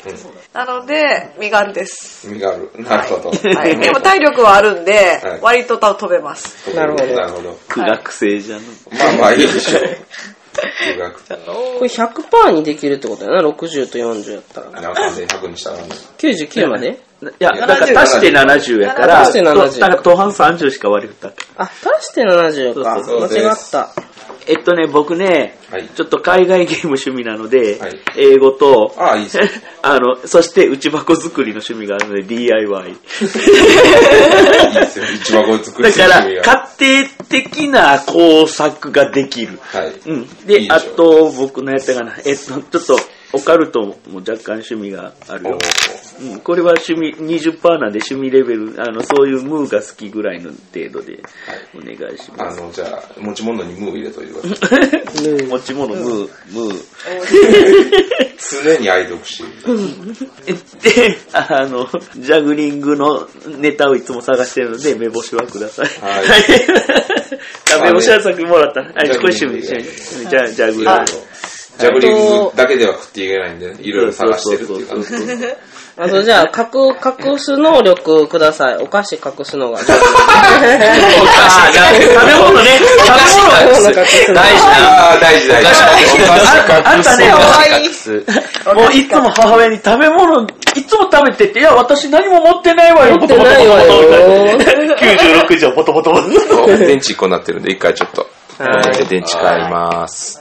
S4: なので、身軽
S1: (laughs)
S4: です。
S1: 身がある。なるほど。
S4: はい、でも体力はあるんで、
S1: はい
S4: 割と飛べます。
S1: うん
S2: なるほど
S1: なるほど。
S5: 苦学生じゃん。
S1: まあまあいいでし (laughs) ょう。中学
S2: これ100%にできるってことやな、60と40やったら。
S1: なんかで100にしたら。
S2: 99まで
S5: いや、だから足して70やから、
S2: 足して70
S5: とだから後半30しか割り振ったっけ
S2: あ、足して70か。
S1: そうそうそう
S2: 間違った。
S5: えっとね、僕ね、
S1: はい
S5: ちょっと海外ゲーム趣味なので、
S1: はい
S5: 英語と、
S1: ああ、いいですね。
S5: (laughs) あの、そして内箱作りの趣味があるので
S1: (laughs)
S5: DIY。
S1: いいですよ。一箱作り
S5: だ
S1: する
S5: か
S1: 趣味
S5: ら、
S1: が。
S5: 家庭的な工作ができる。
S1: はい。
S5: うん。で、
S1: いいでしょう
S5: あと、僕のやったかな。えっと、ちょっと、オカルトも若干趣味がある
S1: お
S5: よ
S1: ー。
S5: うん、これは趣味、20%なんで趣味レベル、あの、そういうムーが好きぐらいの程度で、お願いしま
S1: あ
S5: す。
S1: の、じゃあ、持ち物にムー入れといてください。
S5: 持ち物、ムー、ムー。
S1: 常に愛読し。
S5: で、あの、ジャグリングのネタをいつも探してるので、目星はください。 (laughs)
S1: はい
S5: い。目星はさっきもらった。はい、これ趣味、
S1: ジャグリング
S5: 趣味。じゃあ、ジャグリ
S1: い
S5: ング。
S1: ろいろジャグリングだけでは食っていけないんで、いろいろ探してるっていう感じ。
S5: そうそうそう
S2: あとじゃあ、隠、隠す能力ください。お菓子隠すのが。
S5: お菓子が食べ物ね、食べ物
S3: 大事な。
S1: ああ、大事大事。
S5: ああんたね、
S3: い
S5: もういつも母親に食べ物、いつも食べてて、いや、私何も持ってないわよ、
S2: 持ってないわよ
S5: 96畳、ポトポトポト。
S1: 電池1個になってるんで、一回ちょっと。電池買います。